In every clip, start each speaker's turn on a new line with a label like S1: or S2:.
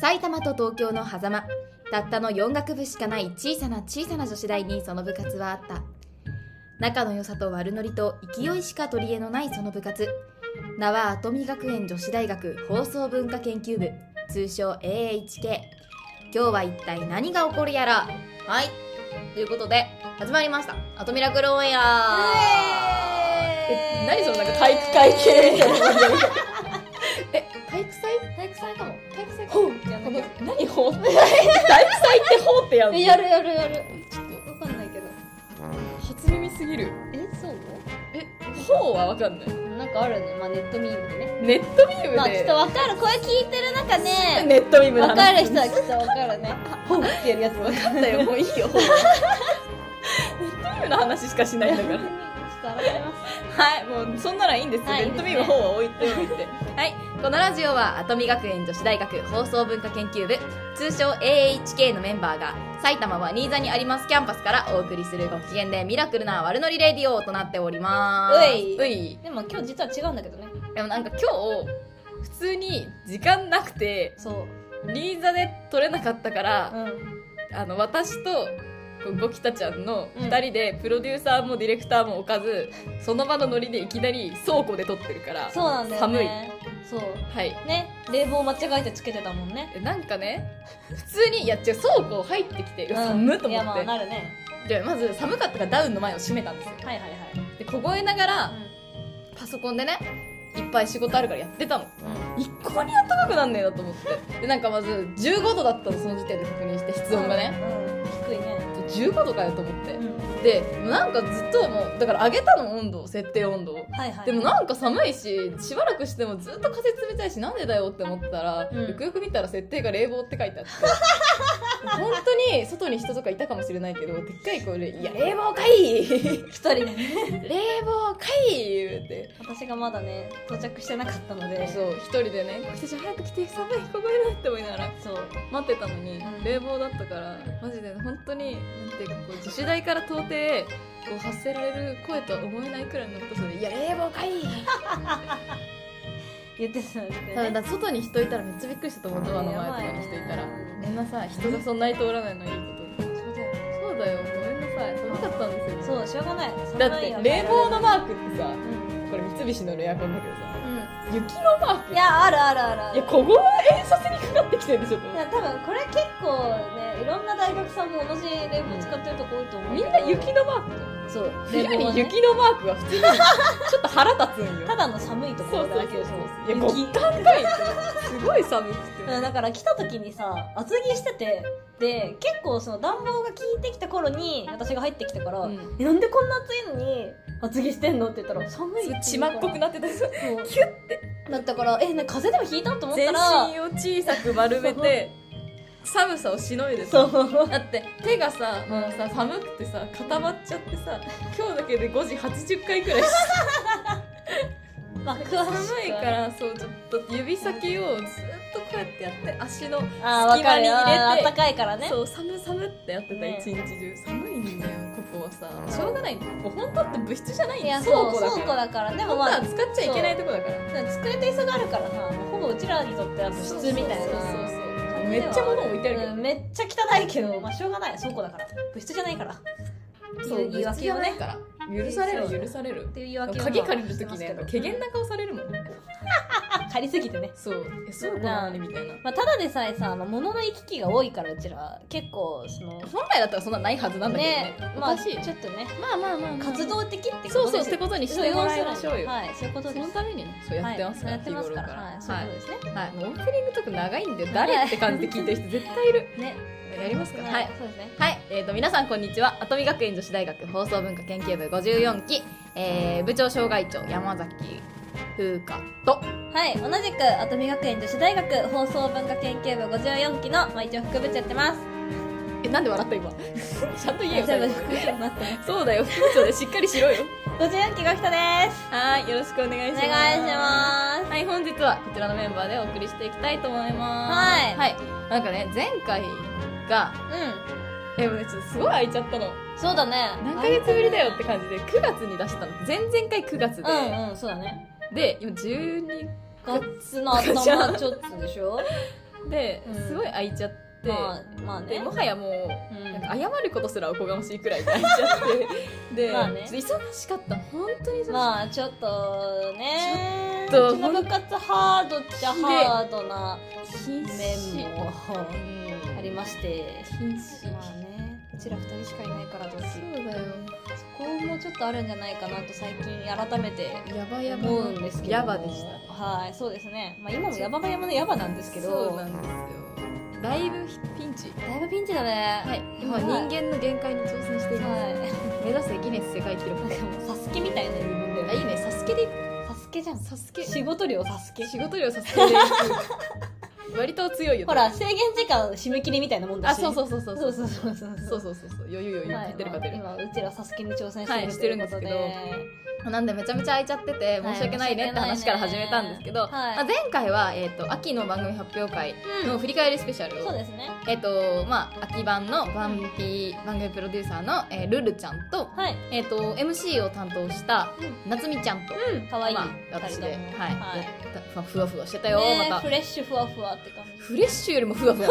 S1: 埼玉と東京の狭間たったの4学部しかない小さな小さな女子大にその部活はあった仲の良さと悪ノリと勢いしか取り柄のないその部活名は跡見学園女子大学放送文化研究部通称 AHK 今日は一体何が起こるやらはいということで始まりました「跡見ラクロオンエア」え何そのなんか体育会系みたいな感じえ体育祭
S2: 体育祭かも体育祭か
S1: ほ
S2: も
S1: う
S2: じゃなきゃ
S1: 何ほう体育祭ってほうってやん
S2: え
S1: の
S2: やるやるやるちょっとわかんないけど
S1: 初耳すぎる
S2: えそう
S1: えほうはわかんない
S2: なんかあるねまあネットミームでね
S1: ネットミームで、
S2: まあきっとわかるこれ聞いてる中ね
S1: ネットミームの
S2: わ
S1: 話
S2: かる人はきっとわかるねほうってやるやつわか
S1: だよもういいよネットミームの話しかしないんだから はいもうそんならいいんですよ、
S2: はい
S1: ネットミームの方は置いておいてはいこのラジオは跡見学園女子大学放送文化研究部通称 AHK のメンバーが埼玉は新座にありますキャンパスからお送りするご機嫌でミラクルな悪ノリレディオとなっております
S2: ういう
S1: い
S2: でも今日実は違うんだけどね
S1: でもなんか今日普通に時間なくて
S2: そう
S1: リーザで撮れなかったから、
S2: うん
S1: あの私とこうゴキタちゃんの2人でプロデューサーもディレクターも置かず、その場のノリでいきなり倉庫で撮ってるから
S2: そうなんだよね寒いそう
S1: はい
S2: ね冷房間違えてつけてたもんね
S1: えなんかね普通にいや違う倉庫入ってきてうわ寒っと
S2: い
S1: 思
S2: やま
S1: って、
S2: あなるね
S1: でまず寒かったからダウンの前を閉めたんですよ
S2: はいはいはい
S1: で凍えながらパソコンでねいっぱい仕事あるからやってたの一向にあったかくなんねえなと思ってでなんかまず15度だったのその時点で確認して室温がね
S2: うん低いね
S1: 15度かよと思って、
S2: うん
S1: でなんかずっともうだから上げたの温度設定温度を
S2: はいはい
S1: でもなんか寒いししばらくしてもずっと風冷たいしなんでだよって思ってたら、
S2: うん
S1: よくよく見たら設定が冷房って書いてあって 本当に外に人とかいたかもしれないけどでっかい声で「いや冷房かい! 」
S2: 一人でね
S1: 冷房かい言うて
S2: 私がまだね到着してなかったので
S1: そう一人でね「私たち早く来て寒い凍える」って思いながら
S2: そう
S1: 待ってたのに、
S2: うん
S1: 冷房だったからマジで本当になんていうかこう女子大から到底こう発せられる声とは思えないくらいのことで「いや冷房かい!」
S2: 言ってたんですね
S1: ただ外に人いたらめっちゃびっくりしたと思うドアの前とかに人いたらごめんなさい人がそんなに通らないのいいことに
S2: そうだよ
S1: そうだよごめんなさい寒かったんですよ
S2: そうしょうがないそん
S1: だ
S2: な
S1: っ
S2: ん
S1: て
S2: よ
S1: 冷房のマークってさ
S2: うんう
S1: これ三菱のエアコンだけどさ
S2: ん
S1: 雪のマーク
S2: いやあるあるあるある
S1: いやここは遠足にかかってきてるでしょと
S2: い
S1: 思って
S2: や多分これ結構ねいろんな大学さんも同じ冷房使ってるとこ多いと思う
S1: み
S2: け
S1: ん
S2: ど
S1: な雪のマークじゃん
S2: そう
S1: 冬
S2: 冷房は
S1: に
S2: ね
S1: 雪のマークが普通にちょっと腹立つんよ
S2: ただの寒いとこ
S1: そう
S2: ろ
S1: そ
S2: だ
S1: う
S2: らけ
S1: そう
S2: でし
S1: そう
S2: ょ
S1: いや極寒かいってすごい寒くて
S2: うんだから来た時にさ厚着しててで結構その暖房が効いてきた頃に私が入ってきたから、
S1: うん
S2: えなんでこんな暑いのに厚着してんのって言ったら寒い
S1: すご
S2: て言うから
S1: い血まっこくなってた全
S2: そう
S1: キュッ
S2: だったからえな風邪でもひいたと思ったら
S1: 身を小さく丸めて寒さをしのいでさ
S2: そ う
S1: だって手がさもうさ寒くてさ固まっちゃってさ今日だけで5時80回 くらいして
S2: まあ詳しくは
S1: 寒いからそうちょっと指先をずっとこうやってやって足の
S2: あーわかる
S1: 隙間に入れて
S2: あーあったかいからね
S1: そう寒寒ってやってた
S2: ね
S1: 一日中寒いんだよここはさしょうがないんだよここ本当って部室じゃないん
S2: い
S1: だよ
S2: や
S1: 倉
S2: そう
S1: 庫だ
S2: 倉
S1: か
S2: 庫
S1: ら
S2: だからでも
S1: 本当
S2: ま
S1: は
S2: あ
S1: 使っちゃいけないとこだから
S2: 机と椅子があるからさほぼうちらにとっては普通みたいな
S1: そうそうそうそう
S2: 感じ
S1: め
S2: では
S1: っちゃ物置いてあるけど、
S2: うんめっちゃ汚いけどまあしょうがない倉庫だから部室じゃないから
S1: そう
S2: 言い訳を
S1: な
S2: ね
S1: いから許される許される
S2: っていう言い訳を
S1: 鍵借りる時
S2: して
S1: ね
S2: ます
S1: 怪
S2: けど
S1: げな顔されるもん
S2: あ借りすぎてね
S1: そうえそうなのにみたいな
S2: まあ、ただでさえさ、まあ、物の行き来が多いからうちら結構その
S1: 本来だったらそんなないはずなんだけどねお
S2: まあ
S1: かしい、
S2: ちょっとね
S1: まあまあまあまあ
S2: 活動的ってことです
S1: そうそう
S2: よ
S1: ってことにしてもらいましょうよ、
S2: はいそういうこと
S1: そ
S2: で
S1: の
S2: す
S1: ためにねそうやってますから、
S2: はい、そうやってますからはいそう
S1: は
S2: いう
S1: い
S2: ことですね、
S1: はい、もうオープニングとか長いんで誰って感じで聞いてる人絶対いる
S2: ね
S1: やりますか
S2: はいそうですね
S1: はい、えー、と皆さんこんにちは跡見学園女子大学放送文化研究部54期、えー部長障害長山崎風花と
S2: はい同じく跡見学園女子大学放送文化研究部54期のまあ一応副部長やってます
S1: えなんで笑った今 ちゃんと言えよ
S2: 全
S1: 最
S2: 部
S1: 後
S2: 副部長になってま
S1: そうだよ副部長でしっかりしろよ
S2: す54期が来たです
S1: はいよろしくお願いし
S2: お
S1: ます
S2: 願いします
S1: はい本日はこちらのメンバーでお送りしていきたいと思います
S2: はい
S1: はいなんかね前回がえもうねちょっとすごい空いちゃったの
S2: うんそうだね
S1: 何ヶ月ぶりだよって感じで9月に出したの前々回9月で、
S2: うんうんそうだね
S1: で今12
S2: 月の頭ちょっとでしょ
S1: で
S2: うん
S1: すごい開いちゃって、
S2: まあまあ
S1: で
S2: ね
S1: もはやもう
S2: うん
S1: なんか謝ることすらおこがましいくらい泣いちゃって で、
S2: まあね
S1: ちょっと忙しかった本当に忙しかった、
S2: まあちょっとね
S1: ちょっと
S2: うちの部活ハードっちゃハードな
S1: 禁止
S2: 面もありまして
S1: 禁止、
S2: まあねうちら二人しかいないからどうしよ
S1: そうだよ
S2: うそこもちょっとあるんじゃないかなと最近改めて
S1: やばやば
S2: 思うんですけども
S1: やばでした
S2: はいそうですね、まあ、今もヤバばヤバのヤバなんですけ
S1: そう
S2: ど
S1: な
S2: だ
S1: んですよだいぶピンチ
S2: いぶピンチだね
S1: はい、まあ、
S2: や
S1: 人
S2: ばい
S1: 間の限界に挑戦しています、
S2: はい
S1: 目指せギネス世界記録
S2: なんかもうサスケみたいな自分だよ
S1: あいいねサスケで
S2: サスケじゃん
S1: サスケ
S2: 仕事量サスケ
S1: 仕事量サスケで 割と強いよ
S2: ほら制限時間締め切りみたいなもんだ
S1: あ
S2: し
S1: そう
S2: う
S1: そうそうそう
S2: そうそうそうそう
S1: そうそうそうそう余裕余裕
S2: はい
S1: 勝てる勝てる、
S2: まあ今うちらサスケに挑戦
S1: はい
S2: し
S1: してて
S2: る
S1: る
S2: と
S1: んです
S2: いうこと
S1: け
S2: で、
S1: どなんでめちゃめちゃ空いちゃってて
S2: はい
S1: 申し訳ないねって話から始めたんですけど、
S2: 申し訳ないね
S1: まあ、前回は、えー、と秋の番組発表会
S2: う
S1: の
S2: ん
S1: 振り返りスペシャル
S2: そう
S1: を、
S2: ですね
S1: えっとまあ、秋版のバンピー番組プロデューサーの、えールルちゃんと,、
S2: はい
S1: えー、と MC を担当した夏美ちゃんと、
S2: うんかわいい、
S1: まあ、私で、
S2: 二人とも
S1: はい
S2: はい
S1: やったふわふわふわしてたよ、
S2: ね
S1: ま
S2: フ
S1: た
S2: レッシュふわふわって感じ
S1: フレッシュよりもふわふわ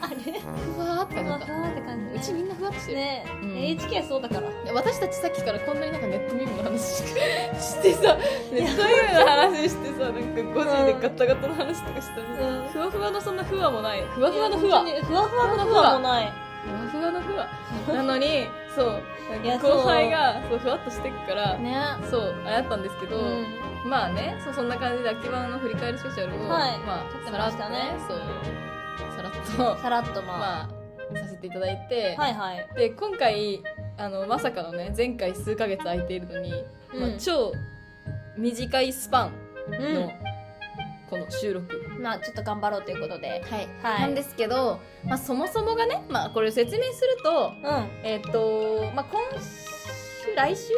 S2: あ れ
S1: ふわーって
S2: ふ
S1: な
S2: わ
S1: ん
S2: ふ
S1: か
S2: わって感じ
S1: うちみんなふわっとしてる、
S2: ね、
S1: うん
S2: NHK そうだから
S1: いや私たちさっきからこんなになんかネットミームの話ししてさネットミームの話してさなんか5時でガタガタの話とかしたら、
S2: うん
S1: ふわふわのそんなふわもないふわふわのふわ
S2: い
S1: ふわ
S2: や本当にふわふわのふわもない
S1: ふわのふ わなのにそう
S2: いやそう
S1: 後輩がそうふわっとしてくから、
S2: ね
S1: そうあれだったんですけ
S2: う
S1: ど、
S2: ん
S1: まあねそうそんな感じで秋葉の振り返りスペシャルを、
S2: はい
S1: まあ
S2: 撮って
S1: さ
S2: ま
S1: ら
S2: し
S1: っと
S2: たね
S1: ねそうさらっと
S2: さらっとまあ、
S1: まあさせていただいて、
S2: はいはい、
S1: で今回あのまさかのね前回数ヶ月空いているのに、まあ
S2: うん
S1: 超短いスパン
S2: う
S1: の
S2: ん
S1: この収録、
S2: まあちょっと頑張ろうということで
S1: はい
S2: はい
S1: なんですけど、まあ、そもそもがね、まあ、これ説明すると
S2: うん
S1: えっ、と、まあ、今週来週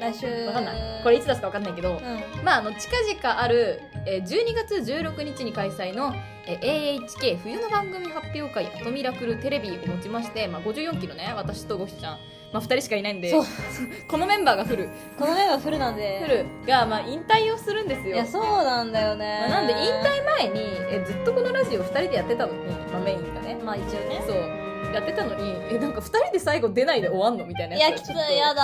S2: 来週
S1: わかんないこれいつ出すかわかんないけど
S2: う、ん
S1: まあ、あの近々あるえー12月16日に開催のえー AHK 冬の番組発表会「アトミラクルテレビ」をもちまして、まあ、54期のね私とゴヒちゃん、まあ、2人しかいないんで
S2: そう
S1: このメンバーがフル
S2: このメンバーフルなん
S1: フ
S2: で
S1: ルが、まあ、引退をするんです
S2: い
S1: よ
S2: やそうなんだよね、
S1: まあなんで引退前にえずっとこのラジオ2人でやってたのに、まあ、メインがね
S2: まあ一応ね
S1: そうやってたのにえなんか2人で最後出ないで終わんのみたいない
S2: や
S1: や
S2: き
S1: つ
S2: つ
S1: が
S2: い
S1: ちょっと
S2: やだ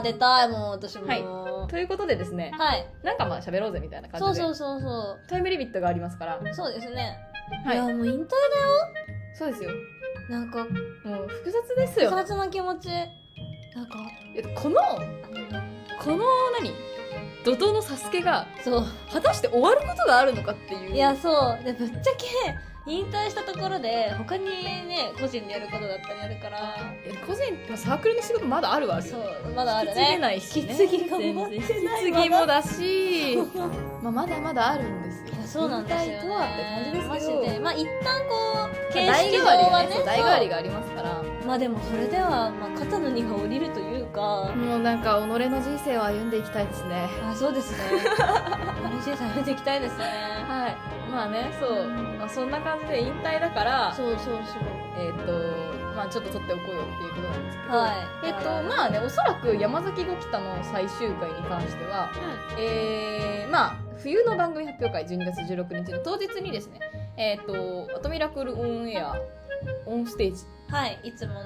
S2: ー出たいもん私も
S1: はいつ
S2: は
S1: いということでですね
S2: い
S1: なんかまあ喋ろうぜみたいな感じ
S2: そ
S1: で
S2: うそうそうそ
S1: タイムリミットがありますから
S2: うそうですね、、
S1: はいい
S2: やもう引退だ
S1: そうですよ
S2: なん
S1: も
S2: か
S1: う複雑です
S2: 複
S1: よ
S2: 雑な気持ちなんか
S1: えっとこのこの何怒涛のサスケが
S2: そう
S1: 果たして終わることがあるのかっていう
S2: い
S1: い
S2: やそうでぶっちゃけ引退したところで他にね個人でやることだったりあるから
S1: 個人まあサークルの仕事まだあるはあるよ
S2: そうまだある
S1: 引き継げ
S2: ね
S1: ないし、ね、
S2: 引き継ぎが終わってな
S1: 全
S2: い
S1: 然引き継ぎもだし、まあ、まだまだあるんですよ
S2: いやそうなんですよ、ね、
S1: 引退とはって感じですけど
S2: マジでまあ一旦こう形
S1: 代
S2: 式
S1: 替
S2: 上
S1: わり
S2: は
S1: が
S2: ね
S1: ねそう代替わりがありますから
S2: そうまあでもそれでは、まあ、肩の荷が下りるというか、
S1: もうなんか己の人生を歩んでいきたいですね
S2: あそうですね嬉しいされていきたいですね
S1: はいまあねそう、まあ、そんな感じで引退だから
S2: そうそうそう
S1: えっ、とまあちょっと撮っておこうよっていうことなんですけど、
S2: はい
S1: えっ、とまあねおそらく山崎五喜多の最終回に関してはえー、まあ冬の番組発表会12月16日の当日にですねえっ、と「アトミラクルオンエアオンステージ
S2: うんはいいつもの」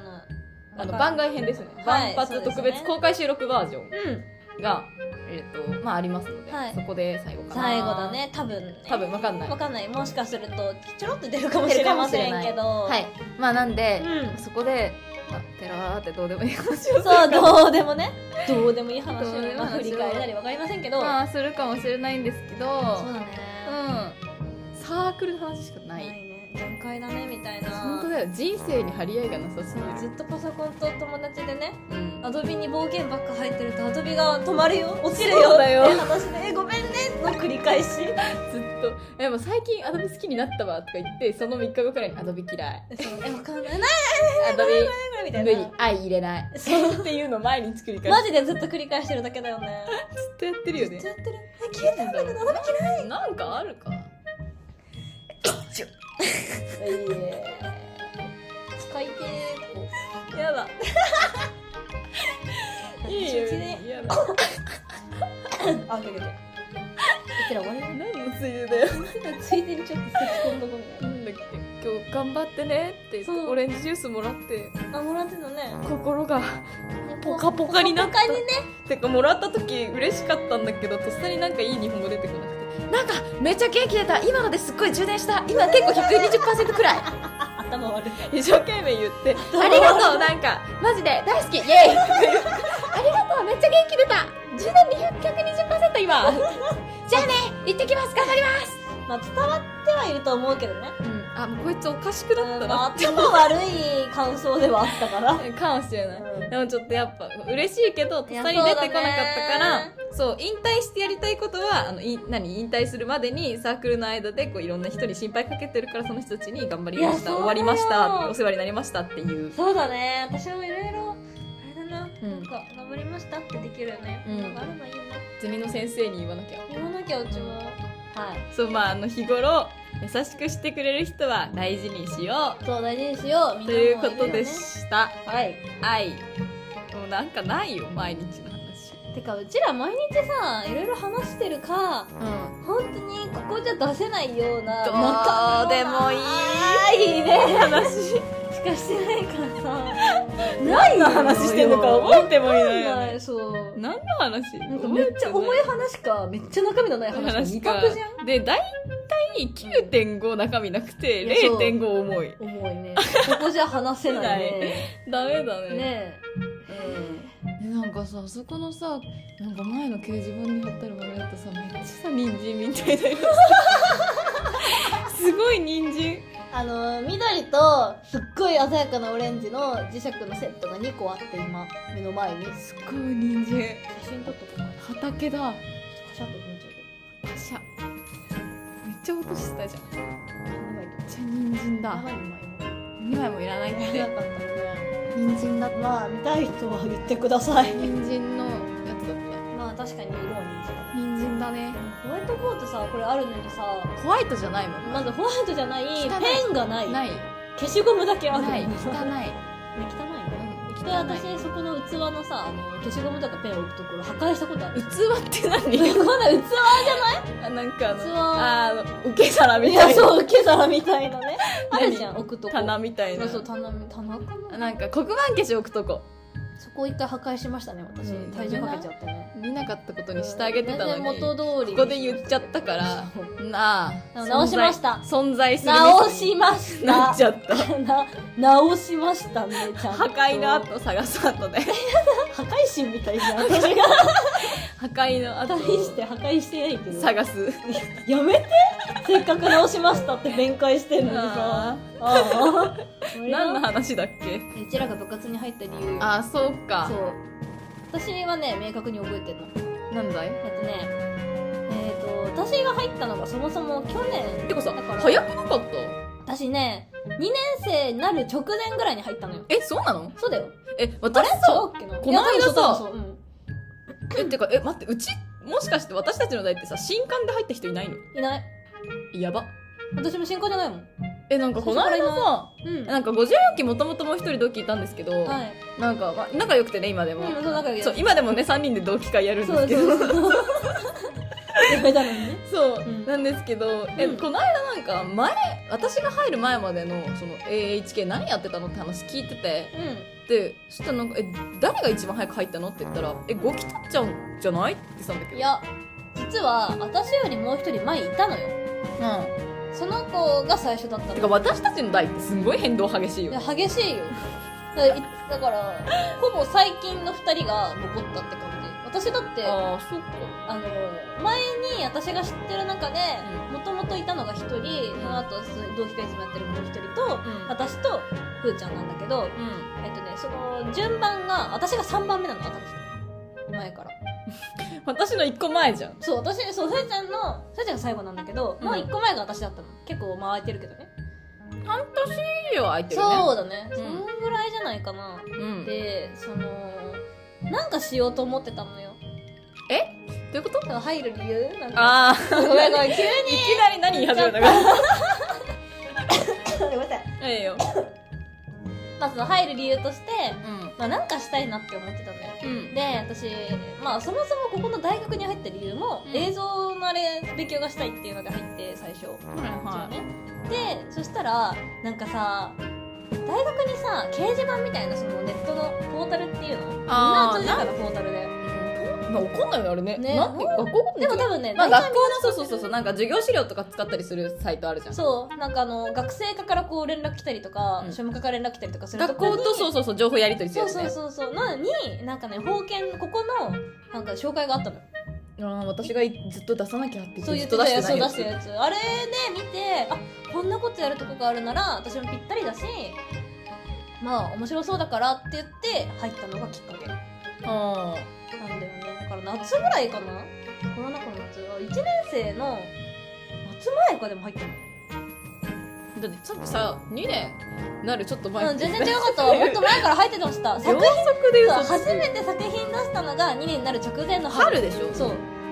S1: あの番外編ですね、
S2: はい
S1: 万
S2: そう
S1: 発
S2: ですね
S1: 特別公開収録バージョン
S2: うん
S1: が、えっとまあ、ありますので、
S2: はい
S1: そこで最後かな
S2: 最後だね多分ね
S1: 多分わかんない
S2: わかんないもしかするとちょろっと出るかもしれませんけど
S1: はいまあなんで、
S2: うん
S1: そこで、まあ、ペラーってどうでもいい話を する
S2: そう
S1: か
S2: どうでもねどうでもいい話
S1: どうでもい
S2: を
S1: い話を
S2: まあ振り返りなりわかりませんけど、
S1: まあするかもしれないんですけど
S2: そうだね、
S1: うんサークルの話しかない、
S2: ないね限界だねみたいな
S1: 本当だよ人生に張り合いがなさすぎ
S2: そうず
S1: る、
S2: っとパソコンと友達でね
S1: うん
S2: アドビに暴言ばっか入ってるとアドビが止まるよ落ちるよ
S1: そうだよ
S2: って話でえごめんねの繰り返し
S1: ずっと「えもう最近アドビ好きになったわ」とか言ってその3日後くらいに「アドビ嫌い」
S2: そうえわかんないな
S1: 「アドビ
S2: いみた
S1: 無
S2: い
S1: 理
S2: な
S1: 愛入れない」
S2: そう
S1: っていうのを毎日繰り返
S2: マ
S1: し
S2: ジでずっと繰り返してるだけだよね
S1: てずっとやってるよ
S2: ず
S1: ね
S2: っとやってるえ消えたんだけどアドビ嫌い
S1: なんかあるか
S2: 使いて
S1: や だ
S2: ー
S1: いいよ
S2: 一日ね
S1: やだ
S2: あかけていたら終わりだね
S1: 何のついでだよ
S2: ついでにちょっと咳込んどこみた
S1: な
S2: い
S1: んだっけ今日頑張ってねって
S2: そう
S1: オレンジジュースもらって
S2: なあもらってたね
S1: 心がポカポカになった
S2: ポカポカにね
S1: てかもらった時嬉しかったんだけどとっさになんかいい日本語出てこなくてなんかめっちゃ元気出た今のですっごい充電した今結構120%くらい
S2: あ頭悪 い
S1: 一生懸命言って「ありがとうなんかマジで大好きイ エイ! 」ありがとうめっちゃ元気出た充電220%今 じゃあね行ってきます頑張ります
S2: まあ伝わってはいると思うけどね」
S1: うん、あもうこいつおかしくなっ
S2: う
S1: た
S2: んま
S1: な
S2: あ
S1: って
S2: 頭悪い感想ではあった から
S1: かもしれないでもちょっとやっぱ嬉しいけどとっ
S2: いや
S1: さに出てこなかったから
S2: そうだね
S1: そう,、引退してやりたいことはあのい何引退するまでにサークルの間でこういろんな人に心配かけてるからその人たちに頑張りまし
S2: いやそうだ
S1: た
S2: よ
S1: 終わりましたお世話になりましたっていう
S2: そうだね私もいろいろあれだな、
S1: うん
S2: なんか頑張りましたってできるよね、
S1: うん
S2: なんかあるのいいよね
S1: ゼミの先生に言わなきゃ
S2: 言わなきゃうちもはい
S1: そうまああの日頃優しくしてくれる人は大事にしよ
S2: そう大事にしよう
S1: う
S2: み
S1: んと
S2: なも
S1: いうこと
S2: いるよ
S1: で
S2: ね
S1: した
S2: はい
S1: 愛もうなんかないよ毎日の話
S2: てかうちら毎日さいろいろ話してるか
S1: うん
S2: 本当にここじゃ出せないような
S1: どう
S2: また
S1: でもいい
S2: あーいいね
S1: 話
S2: しかしてないからさ
S1: 何の話してんのか覚えてもいないよ
S2: な
S1: ね
S2: いそう
S1: 何の話
S2: なんかめっちゃ重い話かめっちゃ中身のない話
S1: 話
S2: か
S1: か
S2: 二択じゃん
S1: で大体9.5中身なくて
S2: いやそう
S1: 0.5重い
S2: 重いねここじゃ話せな いね
S1: ダメだね
S2: ね
S1: えなんかさあそこのさなんか前の掲示板に貼ってあるバラだってさめっちゃさ人参みたいだよすごい人参
S2: あの緑とすっごい鮮やかなオレンジの磁石のセットが2個あって今目の前に
S1: すごい人参
S2: 写真撮っとくか
S1: 畑だ
S2: カシャッと撮っちゃ
S1: パシャめっちゃ落としたじゃんめっ
S2: うやばい
S1: ちゃ人参
S2: や
S1: だ
S2: ばい今
S1: 2枚もいらないっ
S2: 今
S1: て
S2: かったね人参だまあ見たい人は言ってください
S1: 人参のやつだっ
S2: まあ確かに色は人参
S1: た人参だね
S2: ホワイトボードさこれあるのにさ
S1: ホワイトじゃないもん
S2: まずホワイトじゃないペ
S1: 汚い
S2: ンがない
S1: ない
S2: 消しゴムだけある
S1: ない汚い
S2: ね汚いね
S1: うん
S2: で私そこの器のさあの消しゴムとかペン置くところ破壊したことある
S1: 器って何
S2: まだ器
S1: あなんかあの
S2: 器
S1: あーあの受け皿み
S2: い
S1: た
S2: や
S1: いな
S2: そう受け皿みたいなねあるじゃん置くとこ
S1: 棚みたいな
S2: そうそう棚棚かな
S1: なんか黒板消し置くとこ
S2: そこ一回破壊しましたね私、
S1: うん
S2: 体重かけちゃってね
S1: 見なかったことにしてあげてたの
S2: 全然
S1: にこ
S2: 元通り
S1: こで言っちゃったから
S2: そう
S1: なあ
S2: 直しました
S1: 存在存在する
S2: 直しました
S1: なっちゃった
S2: な 直しましたねちゃ んと
S1: 破壊の後探す後で
S2: 破壊神みたいじゃん私が
S1: 破壊の後
S2: 破壊して破壊してないけど
S1: 探す
S2: やめてせっかく直しましたって弁解してんのにさ
S1: あ
S2: ああ
S1: ー何の話だっけ
S2: うちらが部活に入った理由よ
S1: あーそうか
S2: そう私はね明確に覚えてる
S1: な
S2: の
S1: んだい
S2: えっとねえっ、と私が入ったのがそもそも去年
S1: てかさ
S2: だから
S1: 早くなかった
S2: 私ね2年生になる直前ぐらいに入ったのよ
S1: えそうなの
S2: そうだよ
S1: え
S2: あれ
S1: 私
S2: そ
S1: さ
S2: うだっけな
S1: この間さ
S2: いや多分そう多分そううん
S1: えてかえ待ってうちもしかして私たちの代ってさ新刊で入った人いないの
S2: いない
S1: やば
S2: 私も新刊じゃないもん
S1: えなんかこの間
S2: 最初
S1: さ
S2: うん
S1: なんか54期もともともう一人同期いたんですけど、
S2: はい
S1: なんか、まあ、仲良くてね今でも、
S2: うんそう仲良く
S1: そう今でもね3人で同期会やるんで
S2: そ
S1: す
S2: う
S1: けど
S2: そ
S1: そうう
S2: そうやめたの にねうん
S1: なんですけど、え
S2: うん
S1: この間なんか前私が入る前までのその AHK 何やってたのって話聞いてて
S2: うん
S1: でそしたらなんか「え誰が一番早く入ったの?」って言ったら「え5期取っちゃうんじゃない?」って言ってたんだけど
S2: いや実は私よりもう一人前いたのよ
S1: う
S2: その子が最初だった
S1: んてか
S2: の
S1: 私たちの代ってすんごい変動激しい
S2: い
S1: よ
S2: や
S1: ね
S2: 激しいよだいだからほぼ最近の2人が残ったって感じ私だってあ
S1: ああそっか
S2: の前に私が知ってる中でもともといたのが1人その後同期会いつもやってるもう1人と
S1: うん
S2: 私とふーちゃんなんだけ
S1: う
S2: ど
S1: ん
S2: えっとねその順番が私が3番目なの新しく前から
S1: 私の1個前じゃん
S2: そう私そうふーちゃんのふーちゃんが最後なんだけど、
S1: うん
S2: もう一個前が私だったの結構間空いてるけどね
S1: 半年以上空いてるね
S2: そうだね、
S1: うん
S2: そのぐらいじゃないかな、
S1: うんど
S2: でそのなんかしようと思ってたのよ
S1: ういうこと
S2: でも入る理由なんか
S1: ああ
S2: ご めんごめん急に
S1: いきなり何言い始めたか
S2: ごめんなさい
S1: ええよ
S2: まあその入る理由として、
S1: うん
S2: まあ、なんかしたいなって思ってたのよ
S1: うん
S2: で私まあそもそもここの大学に入った理由も、
S1: うん
S2: 映像のあれ勉強がしたいっていうのが入って最初、
S1: は
S2: ねでそしたらなんかさ大学にさ掲示板みたいなそのネットのポータルっていうのみんな
S1: あー
S2: 通じるからポータルだよ
S1: まあ、怒んないよあれね
S2: ね
S1: なんで学校
S2: でも多分ね、
S1: まあ、学
S2: 大体
S1: 校のそうそうそうそうなんか授業資料とか使ったりするサイトあるじゃん
S2: そうなんかあの学生課からこう連絡来たりとか、
S1: うん
S2: 庶務課から連絡来たりとかする
S1: 学校とそう
S2: う
S1: そうそう情報やり取りする
S2: そ
S1: よ
S2: う
S1: ね
S2: そうそうそうなのになんかね保健ここのなんか紹介があったの
S1: あー私がいずっと出さなきゃって言っ
S2: そう
S1: て
S2: い
S1: ずっ
S2: う
S1: と出して
S2: そ
S1: な
S2: う
S1: い
S2: 出
S1: や
S2: し
S1: つ
S2: てるやつあれね見てあこんなことやるとこがあるなら私もぴったりだしまあ面白そうだからって言って入ったのがきっかけなん
S1: あ
S2: だよねだから夏ぐらいかなコロナ禍の夏は1年生の夏前かでも入ったの
S1: ーだってちょっとさ2年なるちょっと前
S2: うん、全 然違かったわもっと前から入ってました作
S1: 秒
S2: 品
S1: 速で嘘つく
S2: 初めて作品出したのが2年になる直前の春
S1: 春でしょ
S2: そう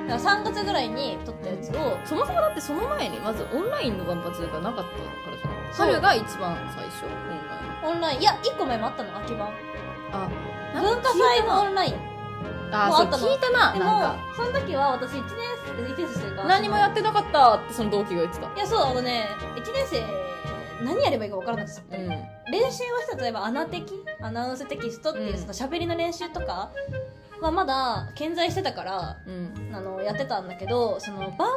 S2: だから3月ぐらいに撮ったやつを
S1: そもそもだってその前にまずオンラインの万発がなかったからじゃない
S2: そう
S1: 春が一番最初オンライン
S2: オンラインいや1個前もあったの秋版
S1: あ
S2: 文化祭のオンライン
S1: あ
S2: もう
S1: そ
S2: あ
S1: う
S2: ったの
S1: 聞いたな
S2: で
S1: なん
S2: も
S1: か
S2: その時は私1年生1年生というか
S1: 何もや
S2: っ
S1: ってなかったってその同期が言ってた
S2: いやそうあのね1年生何やればいいか分からなくて、
S1: うん
S2: 練習はした例えばアナ的アナウンステキストっていううんその喋りの練習とかはまだ健在してたから
S1: うん
S2: あのやってたんだけどその番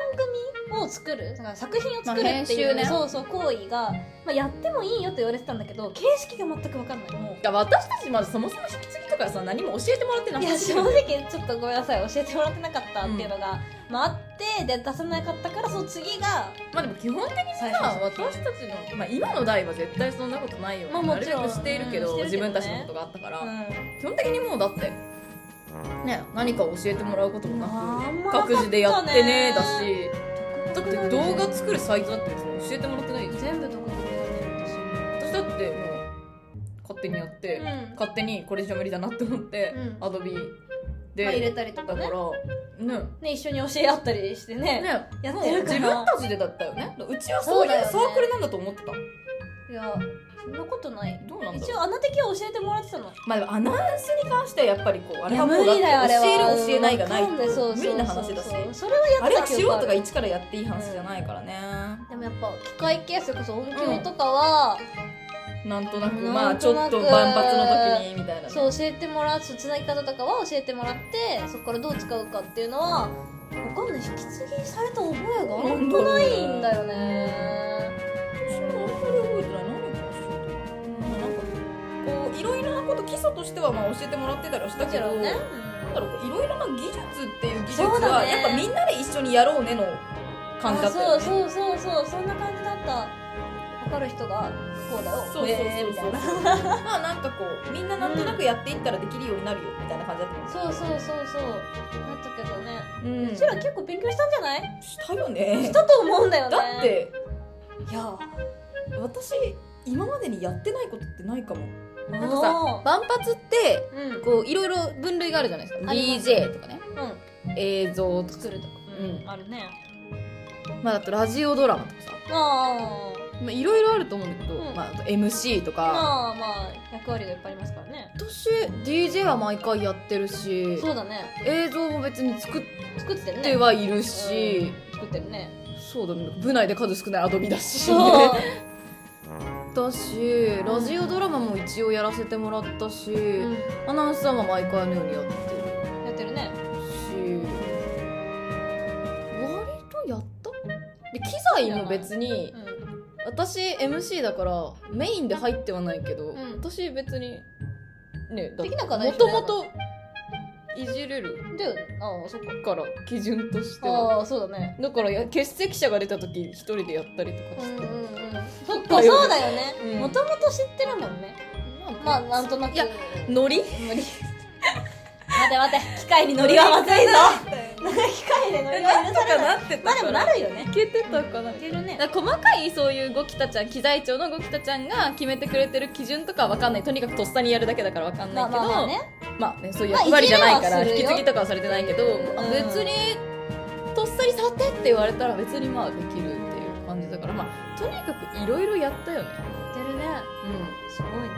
S2: 組を作るだから作品を作る
S1: まあ
S2: ってい
S1: 編集
S2: う、
S1: ね
S2: そうそう行為が、まあ、やってもいいよと言われてたんだけど形式が全く分かんないも
S1: いや私たちまずそもそも引き継ぎとかさ何も教えてもらってな
S2: うい
S1: かっ
S2: や
S1: た
S2: 正直ちょっとごめんなさい教えてもらってなかったっていうのが、まあ、あってで出せなかったからその次が
S1: まあでも基本的に
S2: 最
S1: さ
S2: 初
S1: 私たちの、まあ、今の代は絶対そんなことないよ、
S2: まあもちろ
S1: なるべ
S2: ん
S1: くしているけど,、
S2: うんして
S1: 自
S2: るけど
S1: 分た
S2: ね
S1: ちのことがあったから、
S2: う
S1: 基本的にもうだってね何か教えてもらうこと
S2: ん、
S1: もな
S2: あん
S1: く
S2: まなか
S1: 各自でやってねだしだ
S2: 独
S1: っ
S2: 学
S1: て
S2: ん
S1: 動画作るサイトだって別に教えてもらってないよ
S2: 全部独学だね私も
S1: 私だってもう勝手にやって、
S2: うん
S1: 勝手にこれじゃ無理だなって思って、
S2: うん
S1: アドビで、
S2: まあ、入れたりと
S1: だ
S2: か
S1: か
S2: ね
S1: らね
S2: ね一緒に教え合ったりしてね
S1: ね
S2: やってるから
S1: もう自分たちでだったよねうちはそうい
S2: そう
S1: う
S2: だよね
S1: サークルなんだと思ってた、
S2: いやそんなことない
S1: どうなんだろう
S2: 一応アナ的は教えてもらってたの
S1: まあでもアナウンスに関してはやっぱりこうあ
S2: い
S1: れ
S2: や
S1: はも
S2: 無
S1: うだっ
S2: 理
S1: て
S2: だよあれは
S1: 教える教えないがない
S2: わかんないそうそう
S1: 無理な話だし
S2: そうそうそれはやって
S1: あれ
S2: た
S1: は素
S2: 記憶
S1: 人
S2: る
S1: が一からやっていい話じゃないからね、
S2: でもやっぱ機械系それこそ音響とかは、
S1: なんとなく
S2: うん
S1: まあちょっと
S2: なんとなく
S1: 万発の時にみたいなね
S2: そう教えてもらうつなぎ方とかは教えてもらってそこからどう使うかっていうのは分かんない引き継ぎされた覚えがあんまないんだよね
S1: 私もあんまり覚えてない何か教えてもらったなんかこういろいろなこと基礎としてはまあ教えてもらってたらした
S2: もち
S1: けど
S2: ろんね
S1: なんだろうこういろいろな技術っていう技術
S2: そう
S1: は、
S2: だね
S1: やっぱみんなで一緒にやろうねの感じだ
S2: あ
S1: ったよ
S2: そう
S1: ね
S2: そうそうそうそんな感じだった分かる人がこうだよ
S1: そうそうそうそう
S2: へーみたいな
S1: まあなんかこうみんななんとなくやっていったらできるようになるよみたいな感じだったよね
S2: そうそうそうそうなったけどね
S1: うん
S2: うちら結構勉強したんじゃない
S1: したよね
S2: したと思うんだよね
S1: だって
S2: いや
S1: 私今までにやってないことってないかも
S2: なん
S1: かさ万発って
S2: うんうん
S1: こういろいろ分類があるじゃないですか
S2: あります
S1: DJ とかね映像とか
S2: 作るとか
S1: うん
S2: あるね
S1: まああとラジオドラマとかさ
S2: あ
S1: まあいろいろあると思うんだけど、
S2: うん
S1: まあ、あと MC と
S2: あ
S1: か
S2: まあまあ役割がいっぱいありますからね
S1: 私 DJ は毎回やってるし
S2: そうだね
S1: 映像も別に作っ
S2: 作ってる
S1: て
S2: ね
S1: はいるし、
S2: 作ってるね
S1: そうだね部内で数少ないアドビだし
S2: そう
S1: だしラジオドラマも一応やらせてもらったし、
S2: うん
S1: アナウンサーは毎回のようにやってる
S2: やってるね
S1: し割とやったで機材も別に
S2: うん
S1: 私 MC だからメインで入ってはないけど、
S2: ん
S1: 私別にね
S2: できなくはない
S1: も
S2: でしょ
S1: ともといじれる
S2: だよねああそっ
S1: か
S2: か
S1: ら基準としては
S2: ああそうだね
S1: だからや欠席者が出た時一人でやったりとか
S2: う
S1: し
S2: ん
S1: て、
S2: うんうんそっかそうだよ
S1: う
S2: ね
S1: ん
S2: もともと知ってるもんねまあなんとなく
S1: いやノリ
S2: 無理待て待て機械に乗りはまずいぞ機械で乗りは許されない
S1: なって
S2: まあでもなるよね
S1: いけてたかな、
S2: いけるね
S1: だから細かいそういうゴキタちゃん機材長のゴキタちゃんが決めてくれてる基準とかは分かんないとにかくとっさにやるだけだから分かんない
S2: まあ
S1: けど、
S2: まあまあね
S1: まあね、そういう
S2: まあ
S1: 役割じゃないか
S2: い
S1: ら
S2: じりはするよ
S1: 引き継ぎとかはされてないけど、
S2: うん
S1: あ別にとっさに触ってって言われたら別にまあできるっていう感じだからまあとにかくいろいろやったよね
S2: やってるねすごいね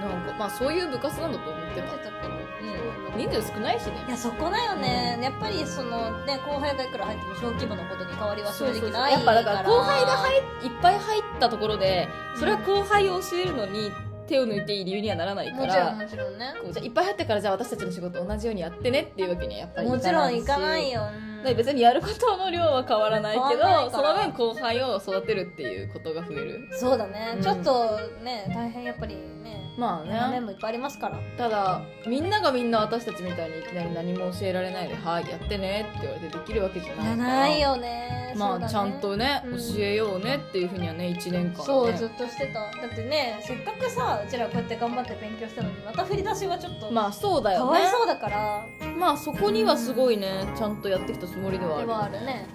S1: なんかまあそういう部活なんだと思ってた
S2: 出たっけ
S1: うん人数少ないしね
S2: いやそこだよねやっぱりそのね後輩がいくら入っても小規模のことに変わりは正直ない
S1: やっぱだから後輩が
S2: 入
S1: 入っいっぱい入ったところでそれは後輩を教えるのに手を抜いていい理由にはならないか
S2: もちろん
S1: ら
S2: もちろんね
S1: こうじゃあいっぱい入ったからじゃあ私たちの仕事同じようにやってねっていうわけにはやっぱり
S2: もちろん行かない
S1: し
S2: よ
S1: だから別にやることの量は変わらないけ
S2: 変わらない
S1: ど
S2: か
S1: その
S2: ら
S1: 分後輩を育てるっていうことが増える
S2: そうだね、
S1: うん
S2: ちょっとね大変やっぱりね
S1: まあ
S2: 面
S1: ね
S2: もいっぱいありますから
S1: ただみんながみんな私たちみたいにいきなり何も教えられないで「はいやってね」って言われてできるわけじゃない
S2: じ
S1: か
S2: ゃ
S1: ら
S2: ないよね
S1: ま
S2: そうだ
S1: あ
S2: ね
S1: ちゃんとね
S2: うん
S1: 教えようねっていうふうにはね1年間ね
S2: そうずっとしてただってねせっかくさうちらこうやって頑張って勉強したのにまた振り出しはちょっと、
S1: まあそうだ
S2: か
S1: よ
S2: わ
S1: ね
S2: いそうだから
S1: まあそこにはすごいねちゃんとやってきたつもりではあ
S2: で
S1: る
S2: はあるね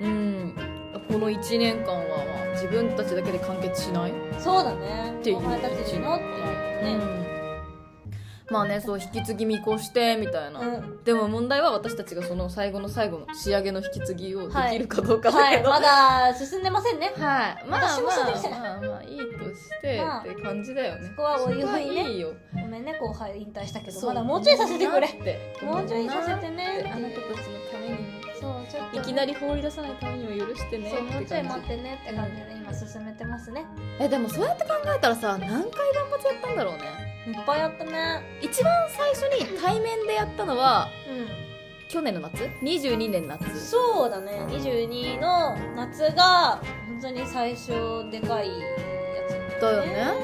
S1: うんこの1年間は、まあ、自分たちだけで完結しない
S2: そうだね
S1: っていう
S2: 後輩たちにもっていうね、
S1: まあねそう引き継ぎ見越してみたいな、
S2: うん
S1: でも問題は私たちがその最後の最後の仕上げの引き継ぎをできるかどうかだ
S2: は
S1: け
S2: い
S1: ど
S2: まだ進んでませんね
S1: はい、まあ
S2: 私もそうでしたね
S1: まあまあまあいいとして
S2: まあ
S1: って感じだよね
S2: そこはおいおいね
S1: そこはいいよ
S2: ごめんね後輩引退したけど
S1: そう
S2: まだもうちょいさせてくれ
S1: って
S2: もうちょいさせて
S1: ごめん
S2: ね
S1: なってあなたたちのためにも
S2: そうちょっと
S1: いきなり放り出さないためにも許してね
S2: そうもう
S1: って
S2: ちょい
S1: 感
S2: 待っ
S1: じ
S2: てねって感じで今進めてますね
S1: えでもそうやって考えたらさ何回頑張ってやったんだろうね
S2: いっぱいやったね
S1: 一番最初に対面でやったのは
S2: う
S1: 去年の夏22年夏
S2: んそうだね22の夏が本当に最初でかいやつ
S1: だよね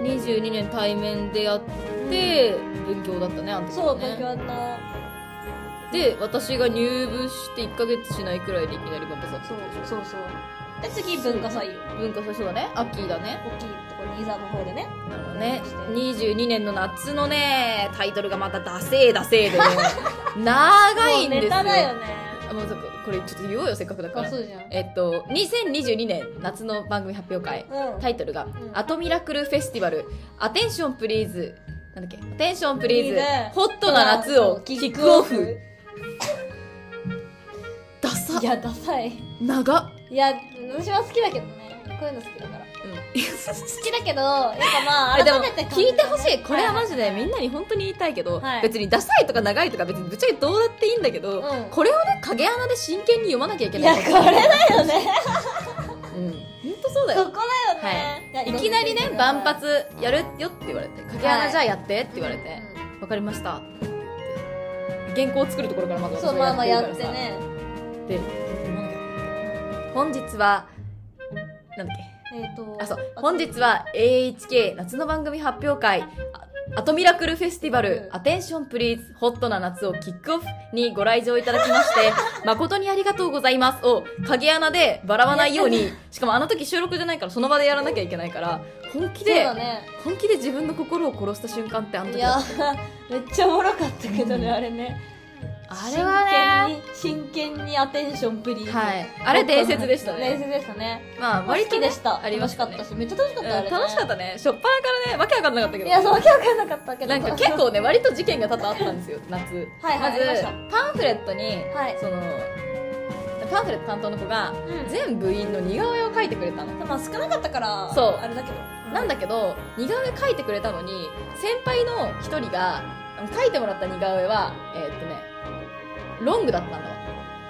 S1: 22年対面でやって文教だったねあの時
S2: そ
S1: は
S2: う
S1: ね
S2: 東京の
S1: で私が入部して1ヶ月しないくらいでいきなり万博さん
S2: そうそうそうで次文化祭よ
S1: 文化祭そうだね秋だね
S2: 大きいところに伊沢の方でね
S1: あのね22年の夏のねタイトルがまた「ダセーダセー」で ね長いんです
S2: も
S1: よ
S2: うネタだよね
S1: あもうそここれちょっと言おうよせっかくだか
S2: あ
S1: ら
S2: そうじゃん
S1: えっと2022年夏の番組発表会
S2: うん
S1: タイトルが
S2: ん
S1: 「アトミラクルフェスティバルアテンションプリーズ」なんだっけ「アテンションプリー
S2: いい
S1: ズ
S2: ね
S1: ホットな夏をキックオフ」ダサ
S2: いやダサい
S1: 長っ、
S2: いや私は好きだけどねこういうの好きだから好
S1: うん、
S2: きだけどやっぱま あ
S1: えでも
S2: 改めて
S1: 聞いてほしいこれはマジでみん
S2: な
S1: なに本当に言いたいけど、
S2: はい
S1: 別にダサいとか長いとか別にぶっちゃけどうだっていいんだけど、
S2: うん
S1: これをね影穴で真剣に読まなきゃいけ
S2: い
S1: な
S2: や
S1: い
S2: これだよね
S1: うん本当そうだ
S2: そ
S1: よ
S2: こだよね、
S1: いきなりね万発やるよって言われて影穴じゃあやってって言われて、
S2: う
S1: わかりましたって言って原稿を作るところからまず
S2: ん
S1: 私
S2: そうまあま
S1: は
S2: あ
S1: や
S2: や
S1: っ
S2: ってて
S1: るからさ
S2: ね
S1: で読まなきゃ本日はなんだっけ
S2: えっ、と
S1: あそう本日は AHK 夏の番組発表会あアトミラクルフェスティバル、
S2: うん
S1: アテンションプリーズホットな夏をキックオフにご来場いただきまして 誠にありがとうございますを影穴で笑わないようにしかもあの時収録じゃないからその場でやらなきゃいけないから本気
S2: そう
S1: で、
S2: だね
S1: 本気で自分の心を殺した瞬間ってあの
S2: い
S1: 時
S2: や
S1: だっ
S2: めっちゃおもろかったけどね、
S1: うん
S2: あれね
S1: たあれはね
S2: 真剣に真剣にアテンションプリーズ
S1: はいあれ伝説でしたね
S2: 伝説でしたね
S1: まあ割
S2: 好
S1: と
S2: きでした
S1: ありま
S2: 楽し
S1: し
S2: か
S1: た
S2: っ
S1: ね
S2: たしめっちゃ楽しかったあれ、
S1: うん
S2: ね、
S1: 楽しかったね初っ端からねわけわかんなかったけど
S2: いやそうわけわかんなかったけど
S1: なんか結構ね割と事件が多々あったんですよ夏
S2: はいはいありました
S1: まずパンフレットに、
S2: はい
S1: そのパンフレット担当の子が
S2: うん
S1: 全部員の似顔絵を描いてくれたの、
S2: まあ少なかったから
S1: そう
S2: あれだけど
S1: なん
S2: だ
S1: だけど似顔絵描いてくれたのに先輩の一人があの描いてもらった似顔絵はえーっとねロングだったんだわ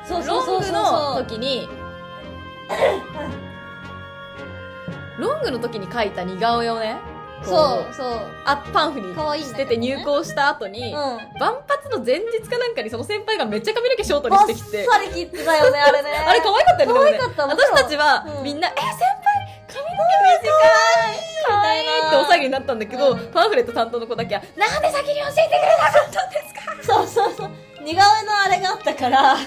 S2: そうそうそうそう
S1: ロングの時にロングの時に描いた似顔絵をねこ
S2: そうそう
S1: あパンフに
S2: 可愛いん
S1: し
S2: だけ
S1: て
S2: どね
S1: て入校した後に、
S2: うん
S1: 万発の前日かなんかにその先輩がめっちゃ髪の毛ショートにしてきて
S2: バッサリ切ってた よねあれね
S1: あれ可愛かったよねでもね
S2: 可愛かったもちろん
S1: 私たちは、
S2: うん
S1: みんな「え先輩髪の毛短い可愛い
S2: みたいな
S1: ってお騒ぎになったんだけど、
S2: うん
S1: パンフレット担当の子だけは「なんで先に教えてくれなかったんですか?
S2: そうそうそう似顔絵のあれがあったからあっ」